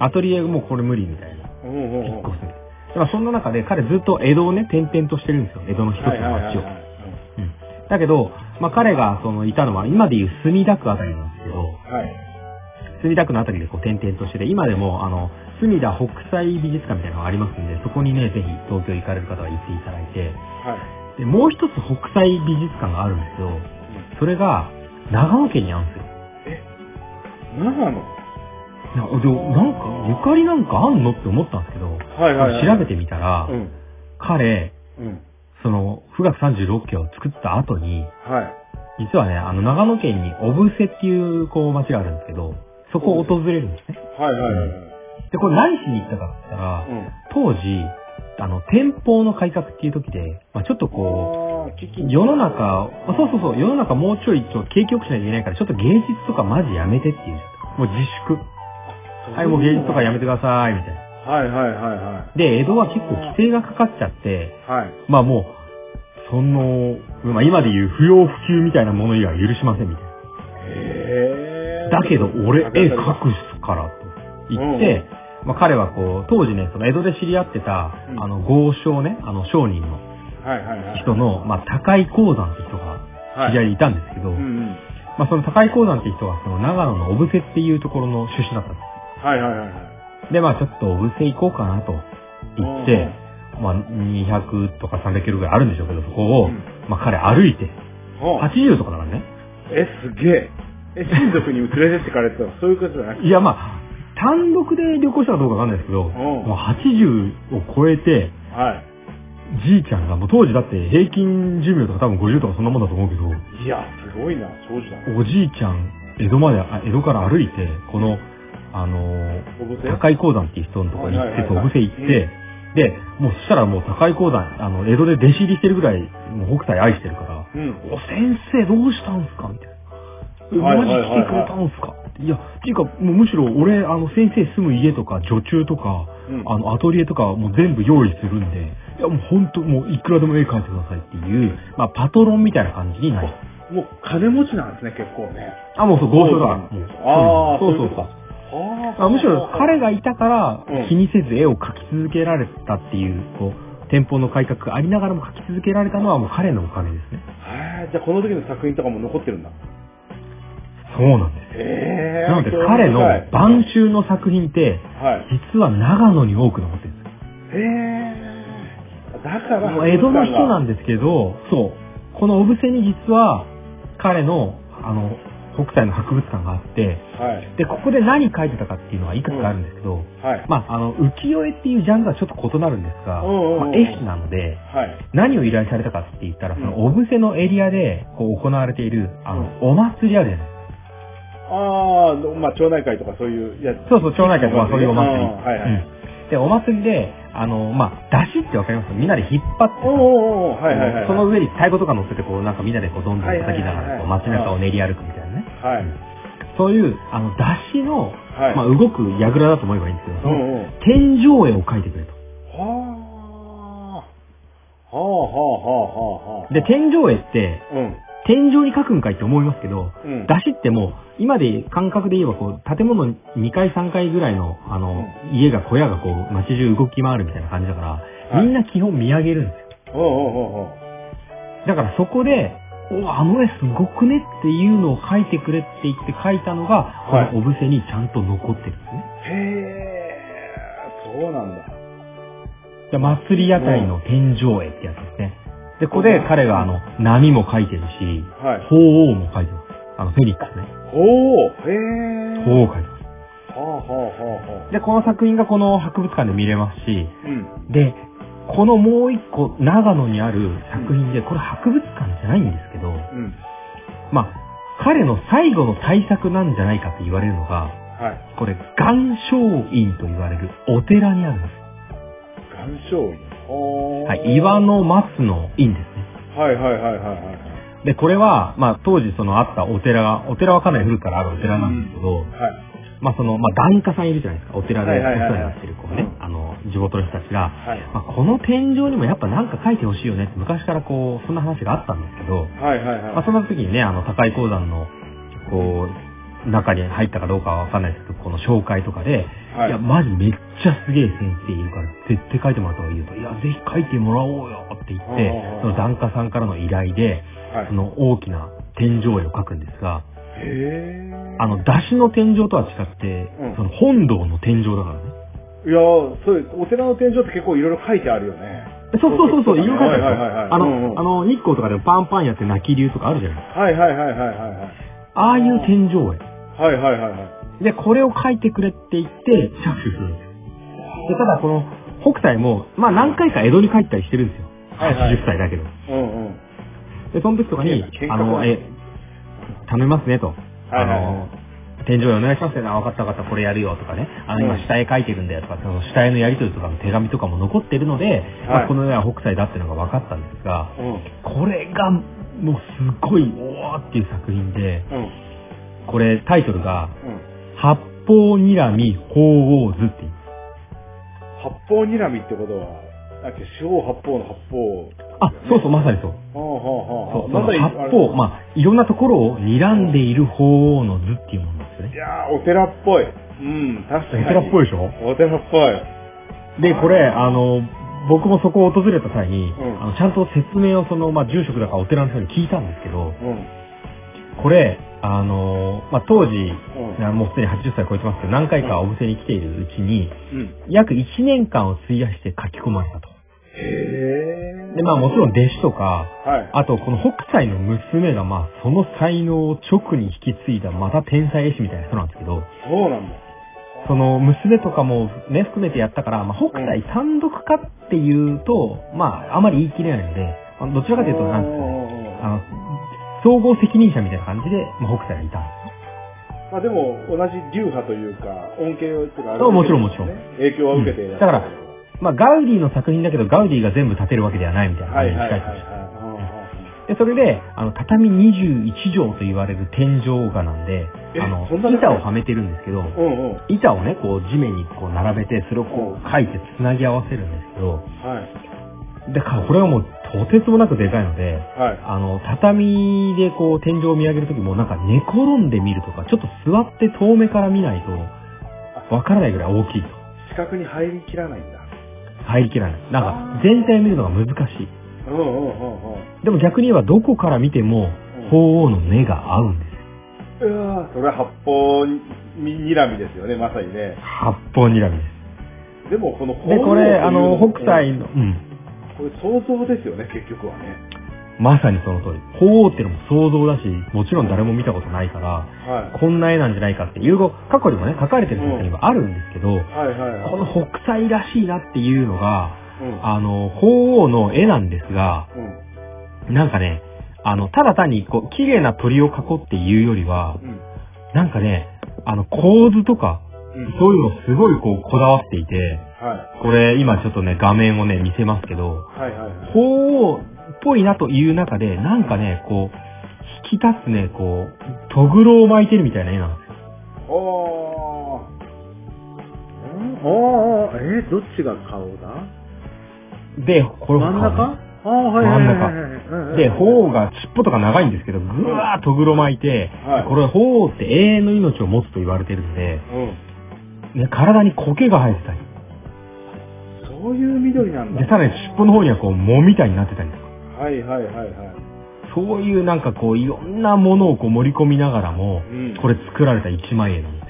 アトリエもうこれ無理みたいな。あ、はあ。うんうん引っうん。越す。だからそんな中で彼ずっと江戸をね、転々としてるんですよ。江戸の一つのはいはいはい町を。はい。うんだけど、まあ、彼がそのいたのは今でいう墨田区あたりなんですけど、うんはい。墨田区のあたりでこう転々としてて、今でもあの、墨田北斎美術館みたいなのがありますんで、そこにね、ぜひ東京行かれる方は行っていただいて、はい。で、もう一つ北斎美術館があるんですよ。それが、長野県にあるんですよ。長野なでなんか、ゆかりなんかあんのって思ったんですけど、はいはいはい。調べてみたら、うん。彼、うん。その、富岳36家を作った後に、はい。実はね、あの、長野県に小布施っていう、こう、町があるんですけど、そこを訪れるんですね。はいはいはい。で、これ何しに行ったかって言ったら、うん。当時、あの、天保の改革っていう時で、まあちょっとこあー、聞う、世の中、そうそうそう、世の中もうちょい、ちょ、景気良くしないといけないから、ちょっと芸術とかマジやめてっていう。もう自粛。はい、もう芸術とかやめてください、みたいな。はいはいはいはで、江戸は結構規制がかかっちゃって、い。はい。まあもう、その、まあ今で言う不要不急みたいなもの以外は許しませんみたいへな。だけど俺絵描かくからと言って、まあ彼はこう、当時ね、その江戸で知り合ってた、うんあの、豪商ね、あの商人のはいはいはい。人の、まあ高井鉱山って人がは知り合いにいたんですけど、うんうん。まあその高井鉱山って人はその長野の小布施っていうところの出身だったんではいはいはいはい。す。でまあちょっと小布施行こうかなと言って、まあ200とか300キロぐらいあるんでしょうけど、そこを、うんまあ彼歩いて、ほう80とかだからね、え、すげえ。え、親族に連れてってかれてたのそういうことじゃないいや、まあ、単独で旅行したかどうかわかんないですけど、もう80を超えて、はじいちゃんが、もう当時だって平均寿命とか多分50とかそんなもんだと思うけど、い。いや、すごいな、長寿だな。おじいちゃん、江戸まで、あ江戸から歩いて、この、あのーおぼせ高井鉱山っていう人のところに行っはいて、はい小はいはい布施行って、で、もうそしたらもう高井鉱山、あの、江戸で弟子入りしてるぐらい、もう北斎愛してるから、うん。お先生どうしたんすかみたいな。えはいマジはいはい来てくれたんすかいや、っていうか、もうむしろ俺、あの、先生住む家とか、女中とか、うんあの、アトリエとか、もう全部用意するんで、いや、もう本当もういくらでも絵描いてくださいっていう、まあ、パトロンみたいな感じになります。もう金持ちなんですね、結構ね。あ、もうそう、豪商だから。もうああ、そうそうそう。あむしろ彼がいたからうん気にせず絵を描き続けられたっていう、こう、店舗の改革がありながらも描き続けられたのはもう彼のお金ですね。へえじゃあこの時の作品とかも残ってるんだ。そうなんです。へえなので彼の晩秋の作品って、はい。実は長野に多く残ってるんですよへえだから、もう江戸の人なんんですけど、そう。この小布施に実は、彼の、あの、北斎の博物館があって、はい。で、ここで何書いてたかっていうのはいくつかあるんですけど、はい。まあ、あの、浮世絵っていうジャンルはちょっと異なるんですが、うんうんうんまあ、絵師なので、はい。何を依頼されたかって言ったら、うんその、小布施のエリアで、こう、行われている、あの、お祭りあるじゃないですか。あああ、まあ、町内会とかそういうやつ。そうそう、町内会とかそういうお祭り。うんはいはいうんで、お祭りで、あの、まあ、出しってわかりますみんなで引っ張っておーさおーおーはいはいはい。その上に太鼓とか乗せて、こう、なんかみんなでこう、どんどん叩きながはいはいはいはら、いこ、う街中を練り歩くみたいなね。はい。そういう、あの、出しの、はい。まあ、動く櫓だと思えばいいんですけど、そうんのうん。は天井絵を描いてくれと。あ。はあはあはあはあはあ。で、天井絵って、うん。天井に描くんかいって思いますけど、うん。出しってもう、今で感覚で言えば、こう、建物2階3階ぐらいの、あの、家が、小屋がこう、街中動き回るみたいな感じだから、はいみんな基本見上げるんですよ。おうおうおうおうだからそこで、おあの絵すごくねっていうのを描いてくれって言って描いたのが、はいこのオブセにちゃんと残ってるんですね。へえ、そうなんだ。で祭り屋台の天井絵ってやつですね。で、ここで彼があの、波も描いてるし、はい。鳳凰も描いてます。あの、フェニックスね。ほう、へえ。鳳凰描いてまはあはあはあはす。で、この作品がこの博物館で見れますし、あ。うん。で、このもう一個、長野にある作品で、これ博物館じゃないんですけど、うん。まあ、彼の最後の大作なんじゃないかって言われるのが、はい。これ、岩松院と言われるお寺にあるんで岩礁院。す。ははい、岩。の松の院ですね。はいはいはいはいはい。で、これは、まあ、当時そのあったお寺が、お寺はかなり古くからあるお寺なんですけど、はい。まあ、その、まあ、檀家さんいるじゃないですか。お寺でおはい世はいはいはい話になってる子ね、あの、地元の人たちが、はい。まあ、この天井にもやっぱなんか書いてほしいよねって昔からこう、そんな話があったんですけど、はいはいはい。まあ、そんな時にね、あの、高井鉱山の、こう、中に入ったかどうかはわかんないですけど、この紹介とかで、はいい、や、マジめっちゃすげえ先生いるから、絶対書いてもらった方がいいよと。いや、ぜひ書いてもらおうよって言っうんうんうてん、その檀家さんからの依頼で、はいそ。の大きな天井絵を描くんですが、へえ。あの、出しの天井とは違ってうん、その本堂の天井だからね。いやーそういうお寺の天井って結構いろいろ書いてあるよね。そうそうそうそそう、うそうそういろいろ書いてはいはいはいある。あうんうんの、あの、日光とかでもパンパンやって泣き流とかあるじゃないですか。はいはいはいはいはいはい。ああいう天井絵。はいはいはいはい。で、これを書いてくれって言 って、着手するんですよ。で、ただこの、北斎も、まあ何回か江戸に帰ったりしてるんですよ。はいはい80歳だけど。うんうん。で、その時とかいにや喧嘩、あもの、ないえ、貯めますねと。はいはいあの、天井絵お願いしますよ。あ、分かった分かった、これやるよとかね。あうの、今ん下絵描いてるんだよとか、その下絵のやり取りとかの手紙とかも残ってるので、まあこの絵は北斎だっていうのが分かったんですが、うん。これが、もうすごい、おーっていう作品で、うん。これタイトルが、うん。八方睨み鳳凰図って言う。八方睨みってことは、だっけ四方八方の八方。あ、そうそう、まさにそう。はあはあそはあ。うそのだ八方、まあ、いろんなところを睨んでいる鳳凰の図っていうものなんですよいね。やー、お寺っぽい。うん、確かに。い。でしょお寺っぽい。で、これ、あの、僕もそこを訪れた際に、うんあのちゃんと説明をその、まあ、住職だからお寺の人に聞いたんですけど、うん。これ、あの、まあ、当時、うもうすでに80歳超えてますけど、何回かお店に来ているうちに、うん。約1年間を費やして書き込まれたと。へえ。で、まあ、もちろん弟子とか、はい。あと、この北斎の娘が、まあ、その才能を直に引き継いだ、また天才絵師みたいな人なんですけど、そうなんだ。その娘とかもね、含めてやったから、まあ、北斎単独かっていうと、まあ、あまり言い切れないので、まあどちらかというと、なんですかね、あね。の、総合責任者みたいな感じで、まあ、北斎がいたんですまあでも、同じ流派というか、恩恵を、っていうかあれだけどそうもちろんもちろんね影響は受けてうんやってるだからまあ、ガウディの作品だけど、ガウディが全部立てるわけではないみたいなは感いじはでいはい書はいいてました。はで、それで、あの、畳21畳と言われる天井画なんで、えあのそんな、に板をはめてるんですけど、い。うんうん。は板をね、こう地面にこう並べて、それをこう書いて繋ぎ合わせるんですけど、い。だからこれはもうとてつもなくでかいので、はい。あの、畳でこう天井を見上げるときもなんか寝転んで見るとか、ちょっと座って遠目から見ないと、わからないぐらい大きいと。視覚に入りきらないんだ。入りきらない。なんか全体を見るのが難しい。うんうんうんうん。でも逆に言えばどこから見ても、鳳凰の目が合うんですよ。うわーそれは八方にらみですよね、まさにね。八方睨みででもこのす。で、これ、あの、北う斎んの、うん、これ想像ですよね、結局はね。まさにその通り。鳳凰ってのも想像だし、もちろん誰も見たことないから、はこんな絵なんじゃないかっていう、過去にもね、書かれてる作品はあるんですけど、い。はいはいはい。この北斎らしいなっていうのが、うん。あの、鳳凰の絵なんですが、うん。なんかね、あの、ただ単にこう、綺麗な鳥を囲っていうよりは、うん。なんかね、あの、構図とか、うん。そういうのすごいこう、こだわっていて、はこれ、今ちょっとね、画面をね、見せますけど、い。はいはいはい。鳳凰っぽいなという中で、なんかね、こう、引き立つね、こう、トグロを巻いてるみたいな絵なんですよ。おー。んおーおー、えー、どっちが顔だで、これ真ん中あー、はいはいはいはいはいうんうん。で、鳳凰が尻尾とか長いんですけど、ぐわートグロ巻いて、はいこれ鳳凰って永遠の命を持つと言われてるんで、うん。ね、体に苔が生えてたり、そういう緑なんだ。で、さらに尻尾の方にはこう、藻みたいになってたりとか、はいはいはいはい。そういうなんかこう、いろんなものをこう盛り込みながらも、うんこれ作られた一枚絵なんで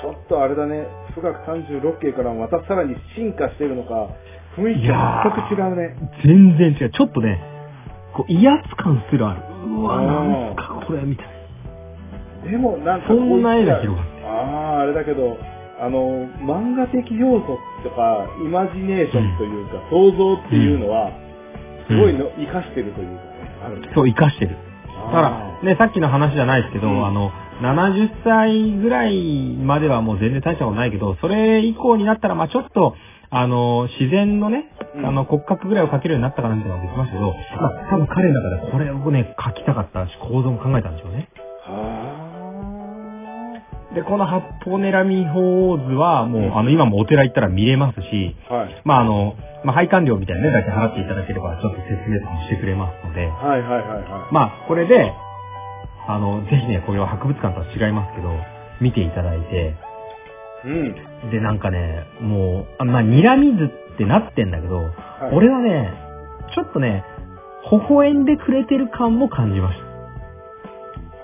すよ。ちょっとあれだね、富岳36景からまたさらに進化してるのか、雰囲気が全く違うね。全然違う。ちょっとね、こう、威圧感すらある。うわ、あーなんかこれ、みたいな。でもなんかそこういんな絵がう広がってる。ああ、あれだけど、あの、漫画的要素とか、イマジネーションというか、想像っていうのは、すごいの、活かしてるというかね、あるね。そう、活かしてる。だかあら、ね、さっきの話じゃないですけど、うんあの、70歳ぐらいまではもう全然大したことないけど、それ以降になったら、まあちょっと、あの、自然のね、うんあの、骨格ぐらいを描けるようになったかなみたいなこと言ってましたけど、まあ多分彼の中でこれをね、描きたかったし、構造も考えたんでしょうね。ーはで、この八方睨み鳳凰図は、もう、うんあの、今もお寺行ったら見れますし、ーはい。まああの、まあ配管料みたいなね、だいたい払っていただければ、ちょっと説明もしてくれますので、はいはいはいはまあこれで、あの、ぜひね、これは博物館とは違いますけど、見ていただいて、い。うん。で、なんかね、もう、あまあ、睨み図ってなってんだけど、はい、俺はね、ちょっとね、微笑んでくれてる感も感じました。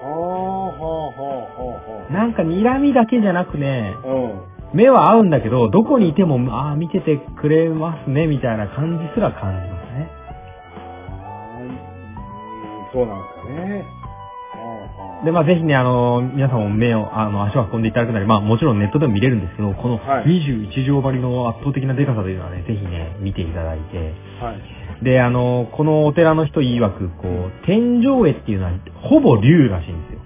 はあはあはあはなんか睨みだけじゃなくね、あはあ。目は合うんだけど、どこにいても、ああ、見ててくれますね、みたいな感じすら感じますね。うん。うんそうなんですかね。はあはあで、まあぜひね、あの、皆さんも目を、あの、足を運んでいただくなり、まあもちろんネットでも見れるんですけど、このはい21畳張りの圧倒的なデカさというのはね、ぜひね、見ていただいて。はい。で、あの、このお寺の人曰く、こう、天井絵っていうのは、ほぼ竜らしいんですよ。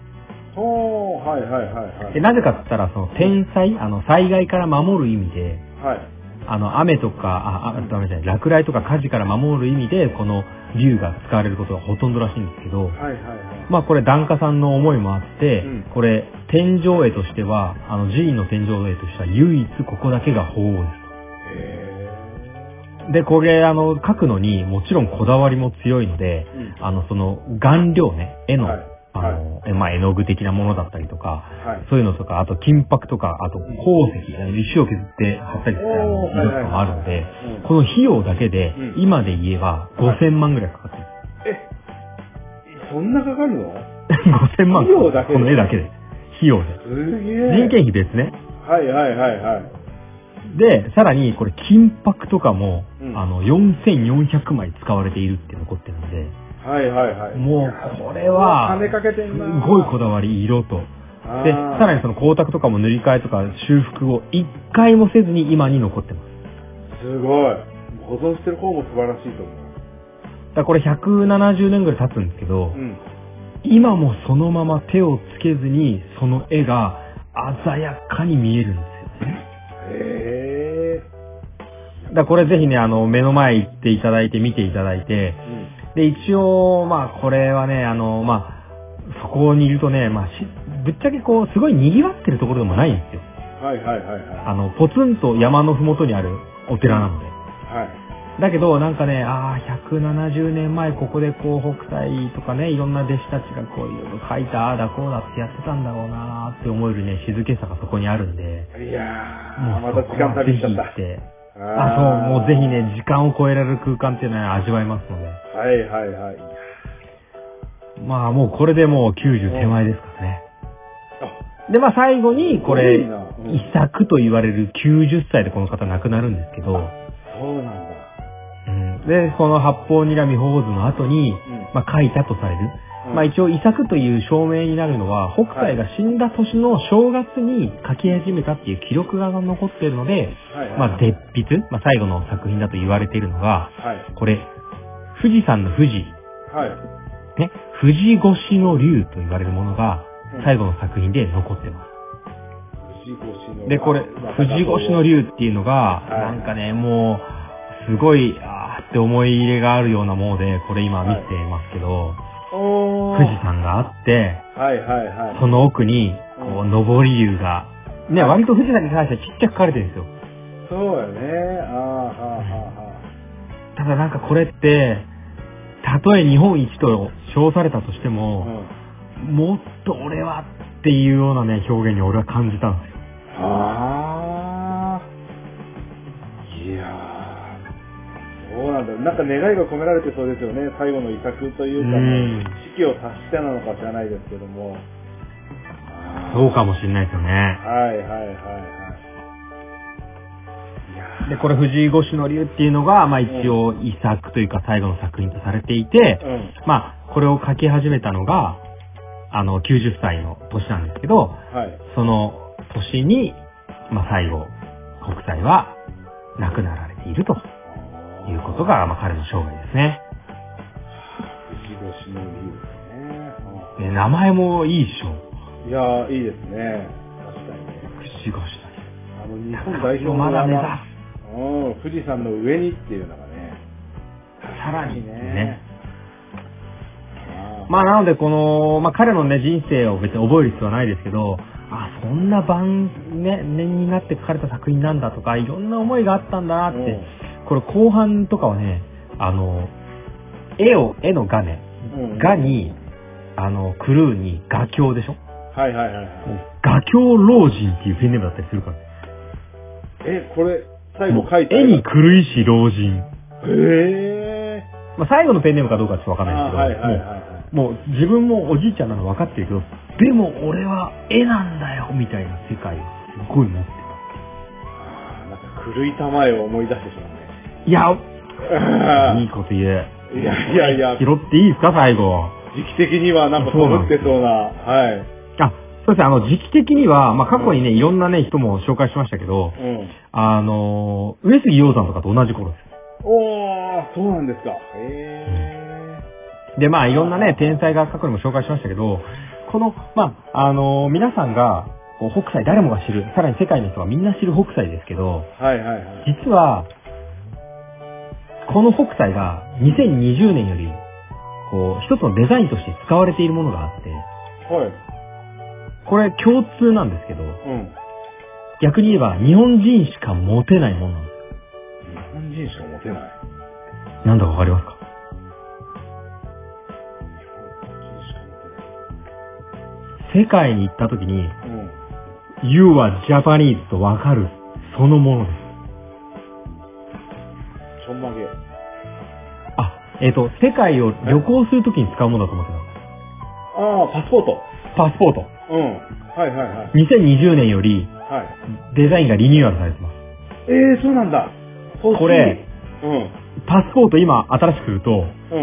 ほう、はいはいはいはい。で、なぜかって言ったら、その、天災、あの、災害から守る意味で、はい。あの、雨とか、あ、あ、ダメじゃない、落雷とか火事から守る意味で、この竜が使われることがほとんどらしいんですけど、はいはいはい。まあこれ、檀家さんの思いもあって、うんこれ、天井絵としては、あの、寺院の天井絵としては、唯一ここだけが鳳凰へです。で、これ、あの、描くのに、もちろんこだわりも強いので、ぇー。うん。あの、その、顔料ね、絵の、はいあの、えまあ、絵の具的なものだったりとか、はい。そういうのとか、あと金箔とか、あと鉱石、石を削って貼ったりしたあのおーはい色とはいはいかもあるので、うんこの費用だけでうん、今で言えばはい5000万ぐらいかかって る。え、そんなかかるの5000万。費用だけでこの絵だけで。費用で。すげえ。人件費ですね。はいはいはいはい。で、さらにこれ金箔とかも、うんあの、4400枚使われているって残ってるので、はいはいはい。もうこれは、金かけてすんな。ごいこだわり、色と。あーで、さらにその光沢とかも塗り替えとか修復を一回もせずに今に残ってます。すごい。保存してる方も素晴らしいと思う。だからこれ170年ぐらい経つんですけど、うん。今もそのまま手をつけずにその絵が鮮やかに見えるんですよね。へだからこれぜひね、あの、目の前行っていただいて見ていただいて、ぇー。うん。で、一応、まあこれはね、あの、まあ、そこにいるとね、まあし、ぶっちゃけこう、すごい賑わってるところでもないんですよ。はいはいはいはあの、ポツンと山のふもとにあるお寺なので。い。はい。だけど、なんかね、ああ、170年前ここでこう、北斎とかね、いろんな弟子たちがこう、いろいろ書いた、ああだこうだってやってたんだろうなーって思えるね、静けさがそこにあるんで、いやー、もまうたそ時こ間は旅ぜしひちゃっ行たっ。て、あ、あそう、もうぜひね。ね、時間を超えられる空間っていうのは味わえますので、はいはいはい。まあもうこれでもう90手前ですからね。あ、で、まあ最後に、こすごれいなう、ん遺作と言われる90歳でこの方亡くなるんですけど、そうなんだ。うんで、この八方睨み鳳凰図の後に、うんまあ書いたとされる、うんまあ一応遺作という証明になるのは、北斎が死んだ年の正月に書き始めたっていう記録が残っているので、はいはい。まあ絶筆、まあ最後の作品だと言われているのはが、い。これ、富士山の富士、はい。ね、富士越しの竜と言われるものが、うん最後の作品で残ってます。藤越の。で、これ、藤越の竜っていうのが、はいなんかね、もう、すごい、あーって思い入れがあるようなもので、これ今見てますけど、おー富士山があって、はいはいはい。その奥に、こうう、ん上り竜が、ね、割と富士山に関してはちっちゃく書かれてるんですよ。そうよね。ああ、はあはただなんかこれって、たとえ日本一と称されたとしてあはあ。うも、ん。もっと俺はっていうようなね、表現に俺は感じたんですよ。ああ。いやーそうなんだ。なんか願いが込められてそうですよね。最後の遺作というかうんね、死期を達してなのか知らないですけども。そうかもしれないですよね。はいはいはいはい。いやーで、これ藤井越の竜っていうのが、まあ一応遺作というか最後の作品とされていて、うん。まあこれを書き始めたのが、あの90歳の年なんですけど、はい。その年に、まあ最後、北斎は亡くなられているということが、まあ彼の生涯ですね。藤越の理由ですね。で名前もいいでしょ。いやー、いいですね。確かにね。口がしたあの、日本代表のまだ目指山うん、富士山の上にっていうのがね。す。さらにね。あーまあなのでこの、まあ彼のね人生を別に覚える必要はないですけど、あ、そんな晩、ね、年になって書かれた作品なんだとか、いろんな思いがあったんだなって、うんこれ後半とかはね、あの、絵を、絵の画ね、うん画に、あの、クルーに画狂でしょはいはいはいはい。画狂老人っていうペンネームだったりするから。え、これ、最後書いて絵に狂いし老人。えまあ最後のペンネームかどうかちょっとわー。かんないですけど、はいはいはいもはうもう自分もおじいちゃんなの分かってるけど、でも俺は絵なんだよみたいな世界をすごい持ってい。あーなんか、狂いたまえを思い出してしまうね。る。いや、あいいこと言え。ー いやいやいや、拾っていいですか最後。時期的にはなんか被ってそうな、はい。あ、そうですね、あの時期的には、まあ過去にね、いろんなね、人も紹介しましたけど、うん。あの、上杉鷹山とかと同じ頃です。おー、そうなんですか。へで、まあ、いろんなね、天才が過去にも紹介しましたけど、この、まあ、あの皆さんが、こう北斎誰もが知る、さらに世界の人がみんな知る北斎ですけど、ー。はいはいはい。実は、この北斎が2020年より、こう、一つのデザインとして使われているものがあって、はい。これ共通なんですけど、うん。逆に言えば日本人しか持てないものなんで日本人しか持てない。す。なんだかわかりますか日本人しか持世界に行った時に、てない。うん。 You are Japanese とわかる、そのものです。ちょんまげ。あ、えっ、と、世界を旅行するときに使うものだと思ってた。ああ、パスポート。パスポート。うん。はいはいはい。 2020年よりはい。デザインがリニューアルされてます。ええー、そうなんだ。欲しいこれ。うん。パスポート今新しくすると、う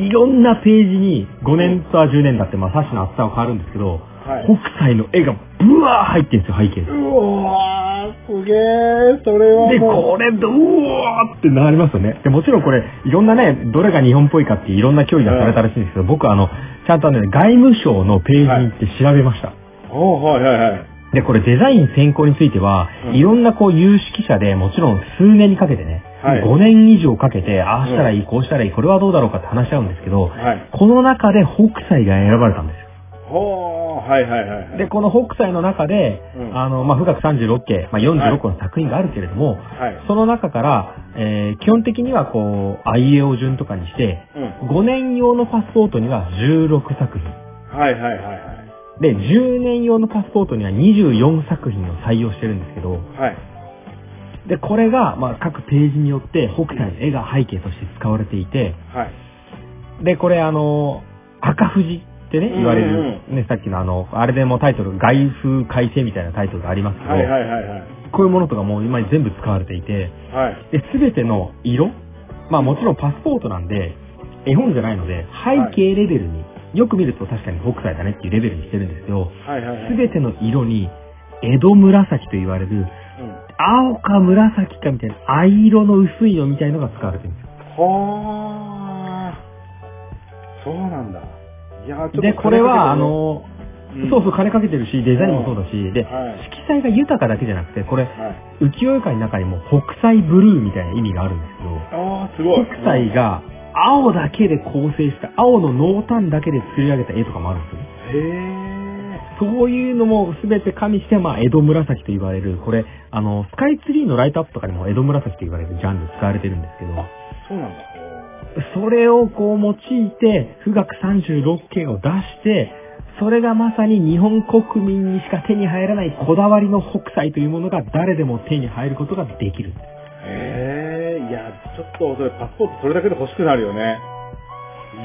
ん。いろんなページに5年とは10年だって、まあ、冊子の厚さは変わるんですけど、はい。北斎の絵がブワー入ってるんですよ、背景で。うわー、すげえ、それはで、もこれ、うわーってなりますよね。で、もちろんこれ、いろんなね、どれが日本っぽいかっていろんな競技がされたらしいんですけど、僕はあの、ちゃんとね、外務省のページに行って調べました。う。おーはいはいはい。で、これデザイン選考については、うんいろんなこう有識者で、もちろん数年にかけてね、はい5年以上かけて、ああしたらいい、こうしたらいい、これはどうだろうかって話し合うんですけど、はい。この中で北斎が選ばれたんですよ。ほー、はいはいはいはい。で、この北斎の中で、うんあの、まあ、富岳36系、まあ、46個の作品があるけれども、はい。その中から、えー基本的にはこう、IAO 順とかにして、うん。 5年用のパスポートには16作品。はいはいはいはい。で、10年用のパスポートには24作品を採用してるんですけど、はい。で、これが、まあ、各ページによって、北斎の絵が背景として使われていて、はい。で、これあの、赤富士ってね、言われうんる、ね、さっきのあの、あれでもタイトル、外風改正みたいなタイトルがありますけど、はいはいはいはい。こういうものとかもう今全部使われていて、はい。で、すべての色、まあもちろんパスポートなんで、絵本じゃないので、背景レベルに、よく見ると確かに北斎だねっていうレベルにしてるんですけど、はいはいはい。すべての色に、江戸紫と言われる、うん。青か紫かみたいな、藍色の薄いのみたいのが使われてるんですよはあ。そうなんだ。いやーちょっとで、これは、だあけど、の、うんそうそう、金かけてるし、デザインもそうだし、で、はい色彩が豊かだけじゃなくて、これ、はい。浮世絵界の中にも北斎ブルーみたいな意味があるんですけど、ああ、すごい。北斎が青だけで構成した、青の濃淡だけで作り上げた絵とかもあるんですよへね。え。そういうのも全て加味して、まあ、江戸紫と言われる、これ、あの、スカイツリーのライトアップとかにも江戸紫と言われるジャンル使われてるんですけあど、、そうなんだ。それをこう用いて、富岳36景を出して、それがまさに日本国民にしか手に入らないこだわりの北斎というものが誰でも手に入ることができる。へえ。いや、ちょっと、それパスポートそれだけで欲しくなるよね。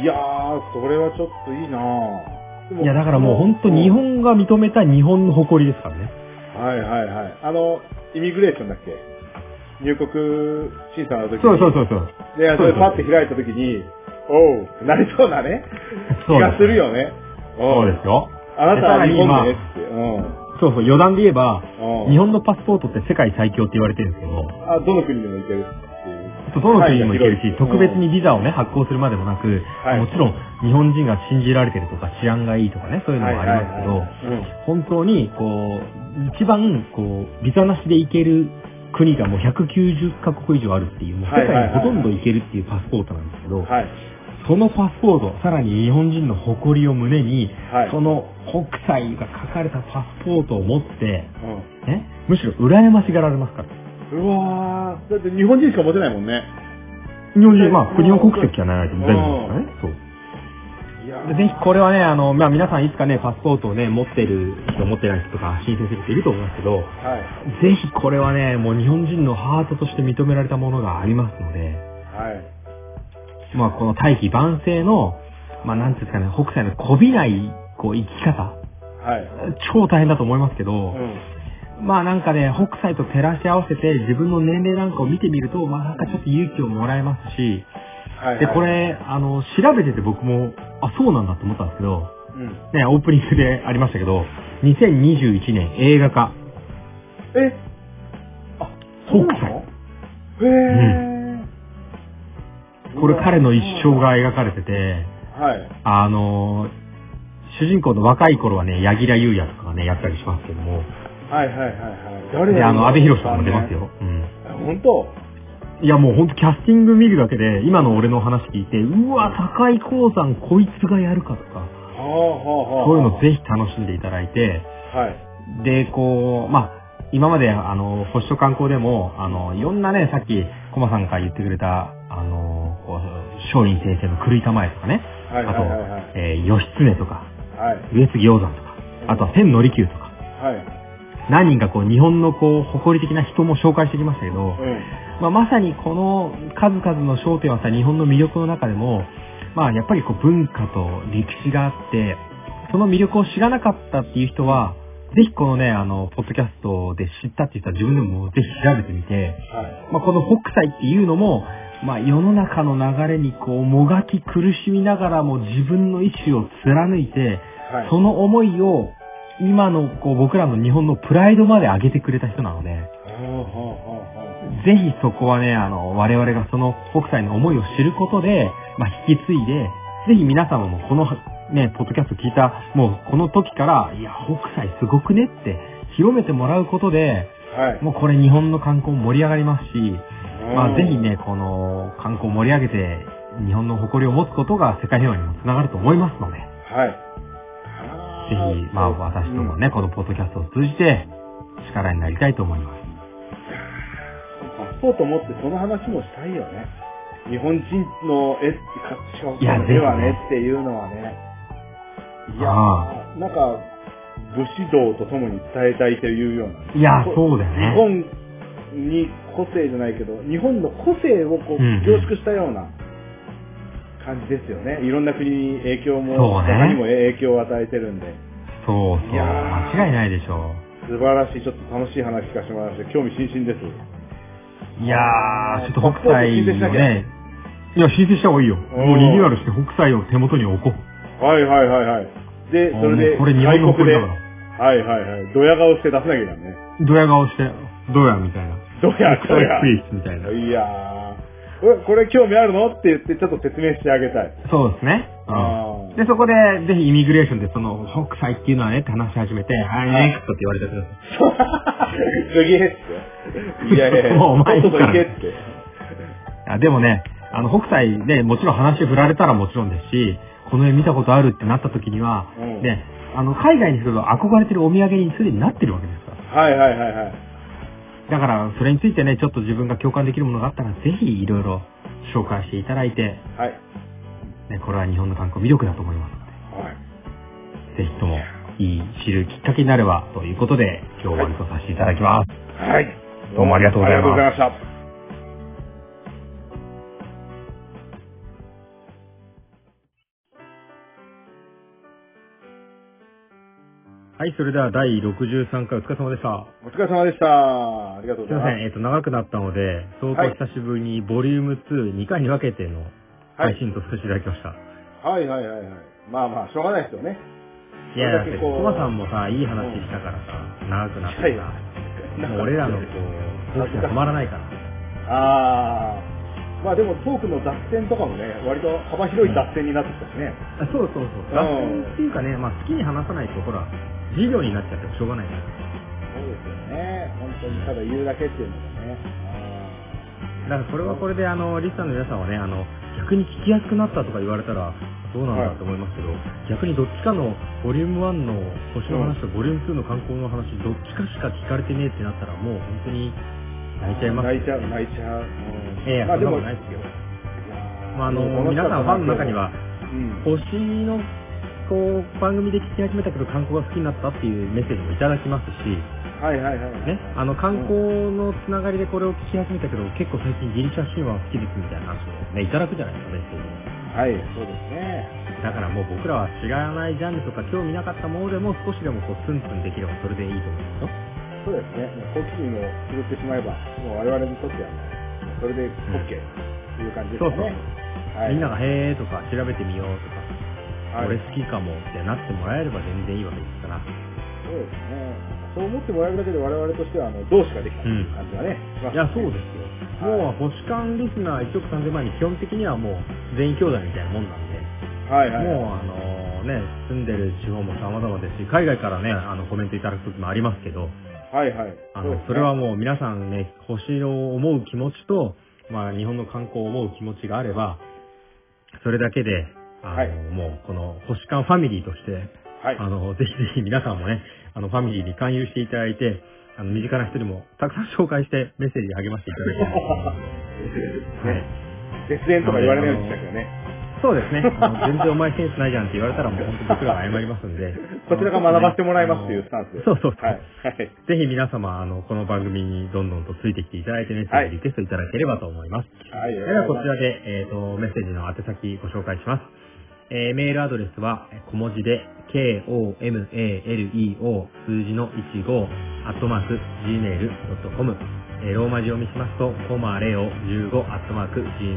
いやー、それはちょっといいなぁでもいや、だからもう本当日本が認めた日本の誇りですからね。はいはいはい。あの、イミグレーションだっけ入国審査の時に。そうそうそうそう。で、それそうそうパッて開いた時に、おう、ってなりそうなね、気そうでがするよ。よね。そううですよ。あなたは日本ででねって。うそうそう、余談で言えば、ん。うん。日本のパスポートって世界最強って言われてるんですけど、あ、どの国でも行けるっていう。どの国にも行けるはし、い特別にビザをね、発行するまでもなく、はいもちろん日本人が信じられてるとか治安がいいとかね、そういうのもありますけど、本当に、こう、一番、こう、ビザなしで行ける国がもう190カ国以上あるっていう、もう世界にほとんど行けるっていうパスポートなんですけど、はいはいはいはい。そのパスポート、さらに日本人の誇りを胸に、はい。はい。その北斎が書かれたパスポートを持って、うんね、むしろ羨ましがられますから。うわー、だって日本人しか持てないもんね。日本え人、まあ、うん日本国籍じゃないと全部ですからね。いやそう。でぜひこれはね、あの、まあ皆さんいつかね、パスポートをね、持ってる人、持ってない人とか申請する人いると思いますけど、はい。ぜひこれはね、もう日本人のハートとして認められたものがありますので、はい。まあこの大器晩成の、まあなんていうんですかね、北斎のこびない、こう、生き方、はい。超大変だと思いますけど、うん。まあなんかね、北斎と照らし合わせて自分の年齢なんかを見てみると、まあなんかちょっと勇気をもらえますし、はい。で、こ。れ、あの、調べてて僕も、あ、そうなんだと思ったんですけど、うん。ね、オープニングでありましたけど、2021年映画化、え北そうな斎。のへー。これ彼の一生が描かれてて、はい。あの、主人公の若い頃はね、柳楽優也とかがね、やったりしますけども、はいはいはいはい。誰で、やあの、安部寛とかも出ます。よ。うん。あ本当いやもうほんとキャスティング見るだけで、今の俺の話聞いて、うわ、高井光さんこいつがやるかとか、はあはあはあ。そういうのぜひ楽しんでいただいて、はい。で、こう、まあ、今まであの、保守と観光でも、あの、いろんなね、さっき、コマさんから言ってくれた、あの、こう、松陰先生の狂い玉絵とかね、はいはいはいはい。えー、義経とか、はい。上杉鷹山とか、あとは千利休とか、はい。何人かこう、日本のこう、誇り的な人も紹介してきましたけど、うん。まあ、まさにこの数々の焦点はさ、日本の魅力の中でも、まあ、やっぱりこう文化と歴史があって、その魅力を知らなかったっていう人は、ぜひこのね、あの、ポッドキャストで知ったって言ったら自分でもぜひ調べてみて、はい。まあ、この北斎っていうのも、まあ、世の中の流れにこう、もがき苦しみながらも自分の意志を貫いて、はい。その思いを、今のこう、僕らの日本のプライドまで上げてくれた人なので、はあはあはあはぜひそこはね、あの、我々がその北斎の思いを知ることで、まあ、引き継いで、ぜひ皆様もこのね、ポッドキャスト聞いた、もうこの時から、いや、北斎すごくねって広めてもらうことで、あはい。もうこれ日本の観光盛り上がりますし、まうあ、んぜひ。ね、この観光盛り上げて、日本の誇りを持つことが世界平和にもつながると思いますので、はい。ぜひ、まあ、私どもね、このポッドキャストを通じて、力になりたいと思います。うん。パスポート持ってその話もしたいよね。日本人の絵、かしかもいや絵はぜひねねっていうのはね。いやあー、なんか、武士道とともに伝えたいというような。いや、そうだよね。日本に個性じゃないけど、日本の個性をこううんうん凝縮したような感じですよね。いろんな国に影響も、そうね他にも影響を与えてるんで、そうそう。いやー間違いないでしょ素晴らしい、ちょっと楽しい話聞かせてもらいました。興味津々です。う。いやあーー、ちょっと北斎パスポート申請しなのきゃね、いや、申請した方がいいよ。んもうリニューアルして北斎を手元に置こう。はいはいはいはい。で、それもで、うこれ日本の外国誇で、りだはかいはいはい。ドヤ顔して出さなきゃいけないね。ら。ドヤ顔して、ドヤみたいな。ドヤ、北ド斎 ヤ。プリースみたいな。いやー。えこれ興味あるのって言ってちょっと説明してあげたい。そうですね。あうん。ー で、そこで、ぜひイミグレーションで、その、北斎っていうのはねって話し始めて、はい、ネクストって言われたんです次へって。いやいやいや、 もうお前といいっとから行けって。あでもね、あの、北斎ね、もちろん話振られたらもちろんですし、この絵見たことあるってなった時には、うんね、あの、海外にすると憧れてるお土産にすでになってるわけですから。はいはいはいはい。だから、それについてね、ちょっと自分が共感できるものがあったら、ぜひいろいろ紹介していただいて、はい。ね、これは日本の観光魅力だと思いますのはい。で、ぜひとも、いい知るきっかけになれば、ということで、今日は終わりとさせていただきます。はい。どうもありがとうございますありがとうございました。はい、それでは第63回お疲れ様でした。お疲れ様でした。ありがとうすごいざいまません、えっ、と、長くなったので、相は当い久しぶりにボリューム2、2回に分けてのす。はい。配信とさせていただきました。はいい、はいはいはい。まあまあ、しょうがないですよね。や、だっそて、れだけコこうマさんもさ、いい話したからさ、長くなっていやさ、もう俺らのこう、好奇が止まらないから。ああ。まあでもトークの脱線とかもね、割と幅広い脱線になってきたしね。あそうそうそう。脱線っていうかね、まあ好きに話さないと、ほら、授業になっちゃってもしょうがないから。そうですよね。本当にただ言うだけっていうのがね。あだからこれはこれで、あの、リスナーの皆さんはね、あの、逆に聞きやすくなったとか言われたら、そうなんだと思いますけど、逆にどっちかのボリューム1の星の話とボリューム2の観光の話、どっちかしか聞かれてねえってなったら、もう本当にー泣いちゃいます。泣いちゃう、泣いちゃう。うんええまあでそんなもこと、ないですよ。やーまあ、あの、楽しかっ皆たさんファンの中には、うん星の、こう、番組で聞き始めたけど観光が好きになったっていうメッセージもいただきますし、はいはいはい。ね、あの観光のつながりでこれを聞き始めたけど、結構最近ギリシャ神話好きですみたいな話をね、いただくじゃないですか、メッセーはい、そうですね。ジをだからもう僕らは知らないジャンルとか興味なかったものでも少しでもこうツンツンできればそれでいいと思そううんですよ。ですね。もう好奇心をくぐってしまえば、もう我々にとっては、もうそれで OK っていう感じですそね。うそう。はい。みんながへーとか調べてみようとか、はい、俺好きかもってなってもらえれば全然いいわけですから。いそうですね。そう思ってもらえるだけで我々としては、あの、同志ができたっていう感じがね、しますねや、そうですよ。もう星間リスナー1億3000万人、基本的にはもう全員兄弟みたいなもんなんで。はいはい。もうあのね、住んでる地方も様々ですし、海外からね、あのコメントいただく時もありますけど、はいはい。あうのですね、それは、もう皆さんね、星を思う気持ちと、まあ日本の観光を思う気持ちがあれば、それだけで、あの、はいもうこの星間ファミリーとして、はい。あの、ぜひぜひ皆さんもね、あのファミリーに勧誘していただいて、あの、身近な人にもたくさん紹介してメッセージ励ましていただきたいと思います。はい。 絶縁とか言われないようにしたけどね。。そうですね。あの全然お前センスないじゃんって言われたらもう本当僕らが謝りますんでこちらが学ばせてもらいますっていうスタンスで。そうそうそうはい。はい。ぜひ皆様、あの、この番組にどんどんとついてきていただいてメッセージリクエストいただければと思います。はい。ではこちらで、えっ、と、メッセージの宛先ご紹介します。えーメールアドレスは、小文字で、k-o-m-a-l-e-o 数字の15、アットマーク、gmail.com。えーローマ字を見しますと、コマレオ15、アットマーク、gmail.com と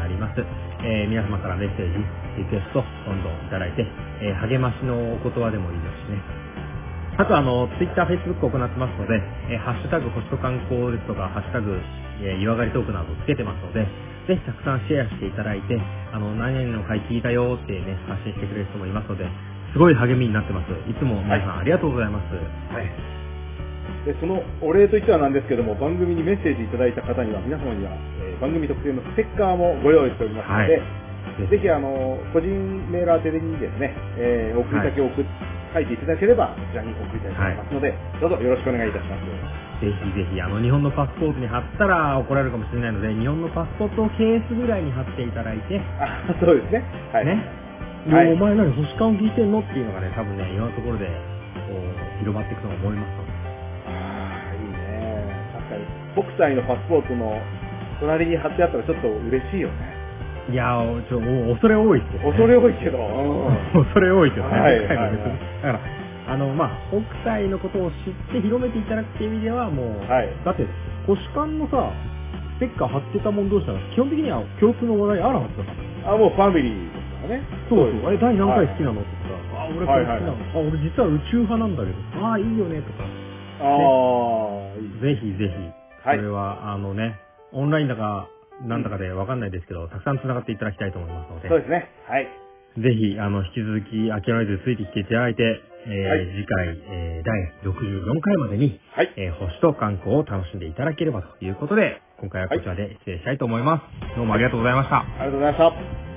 なります。えー皆様からメッセージ、リクエスト、どんどんいただいて、えー励ましのお言葉でもいいですしね。あとあの、ツイッター、フェイスブックを行ってますので、えーハッシュタグ、星と観光ですとか、ハッシュタグ、えー湯上がりトークなどつけてますので、ぜひたくさんシェアしていただいて、あの、何々の回聞いたよってね、発信してくれる人もいますので、すごい励みになってます。いつも皆さんありがとうございます。はい。で、そのお礼といってはなんですけども、番組にメッセージいただいた方には、皆様には、えー番組特製のステッカーもご用意しておりますので、ぜひ、あの、個人メール宛てにですね、えー、送り先を送っ書いていただければ、こちらに送りたいと思いますので、どうぞよろしくお願いいたします。ぜひぜひ、あの、日本のパスポートに貼ったら怒られるかもしれないので、日本のパスポートをケースぐらいに貼っていただいて、あ、そうですね。はい。ね。はいもうお前何星間を聞いてんのっていうのがね、多分ね、いろんなところで、こう、広まっていくと思いますので。あーいいね。確かに、北斎のパスポートの隣に貼ってあったらちょっと嬉しいよね。いやー、ちょ、もう恐れ多いっすよ、ね。恐れ多いけど、うん 恐れ多いけどね。はい北海道別にはいだから、あの、まあ、北斎のことを知って広めていただくっていう意味では、もう、はい。だって、星間のさ、ステッカー貼ってたもん同士なら、基本的には共通の話題あるはずだから。あ、もうファミリーですからね。そうそう。あれ、第何はい回好きなのって言ったら、あ、俺これ好きなの。はいあ、俺実は宇宙派なんだけど。あー、いいよね、とか。ああ、いい。ぜひぜひ、そはいれは、あのね、オンラインだから、なんだかでわかんないですけど、たくさん繋がっていただきたいと思いますので、そうですね。はい。ぜひ、あの、引き続き諦めずついてきていただいて、えーはい次回、えー第64回までに、はい。えー星と観光を楽しんでいただければということで、今回はこちらで失礼したいと思います。どうもありがとうございました。ありがとうございました。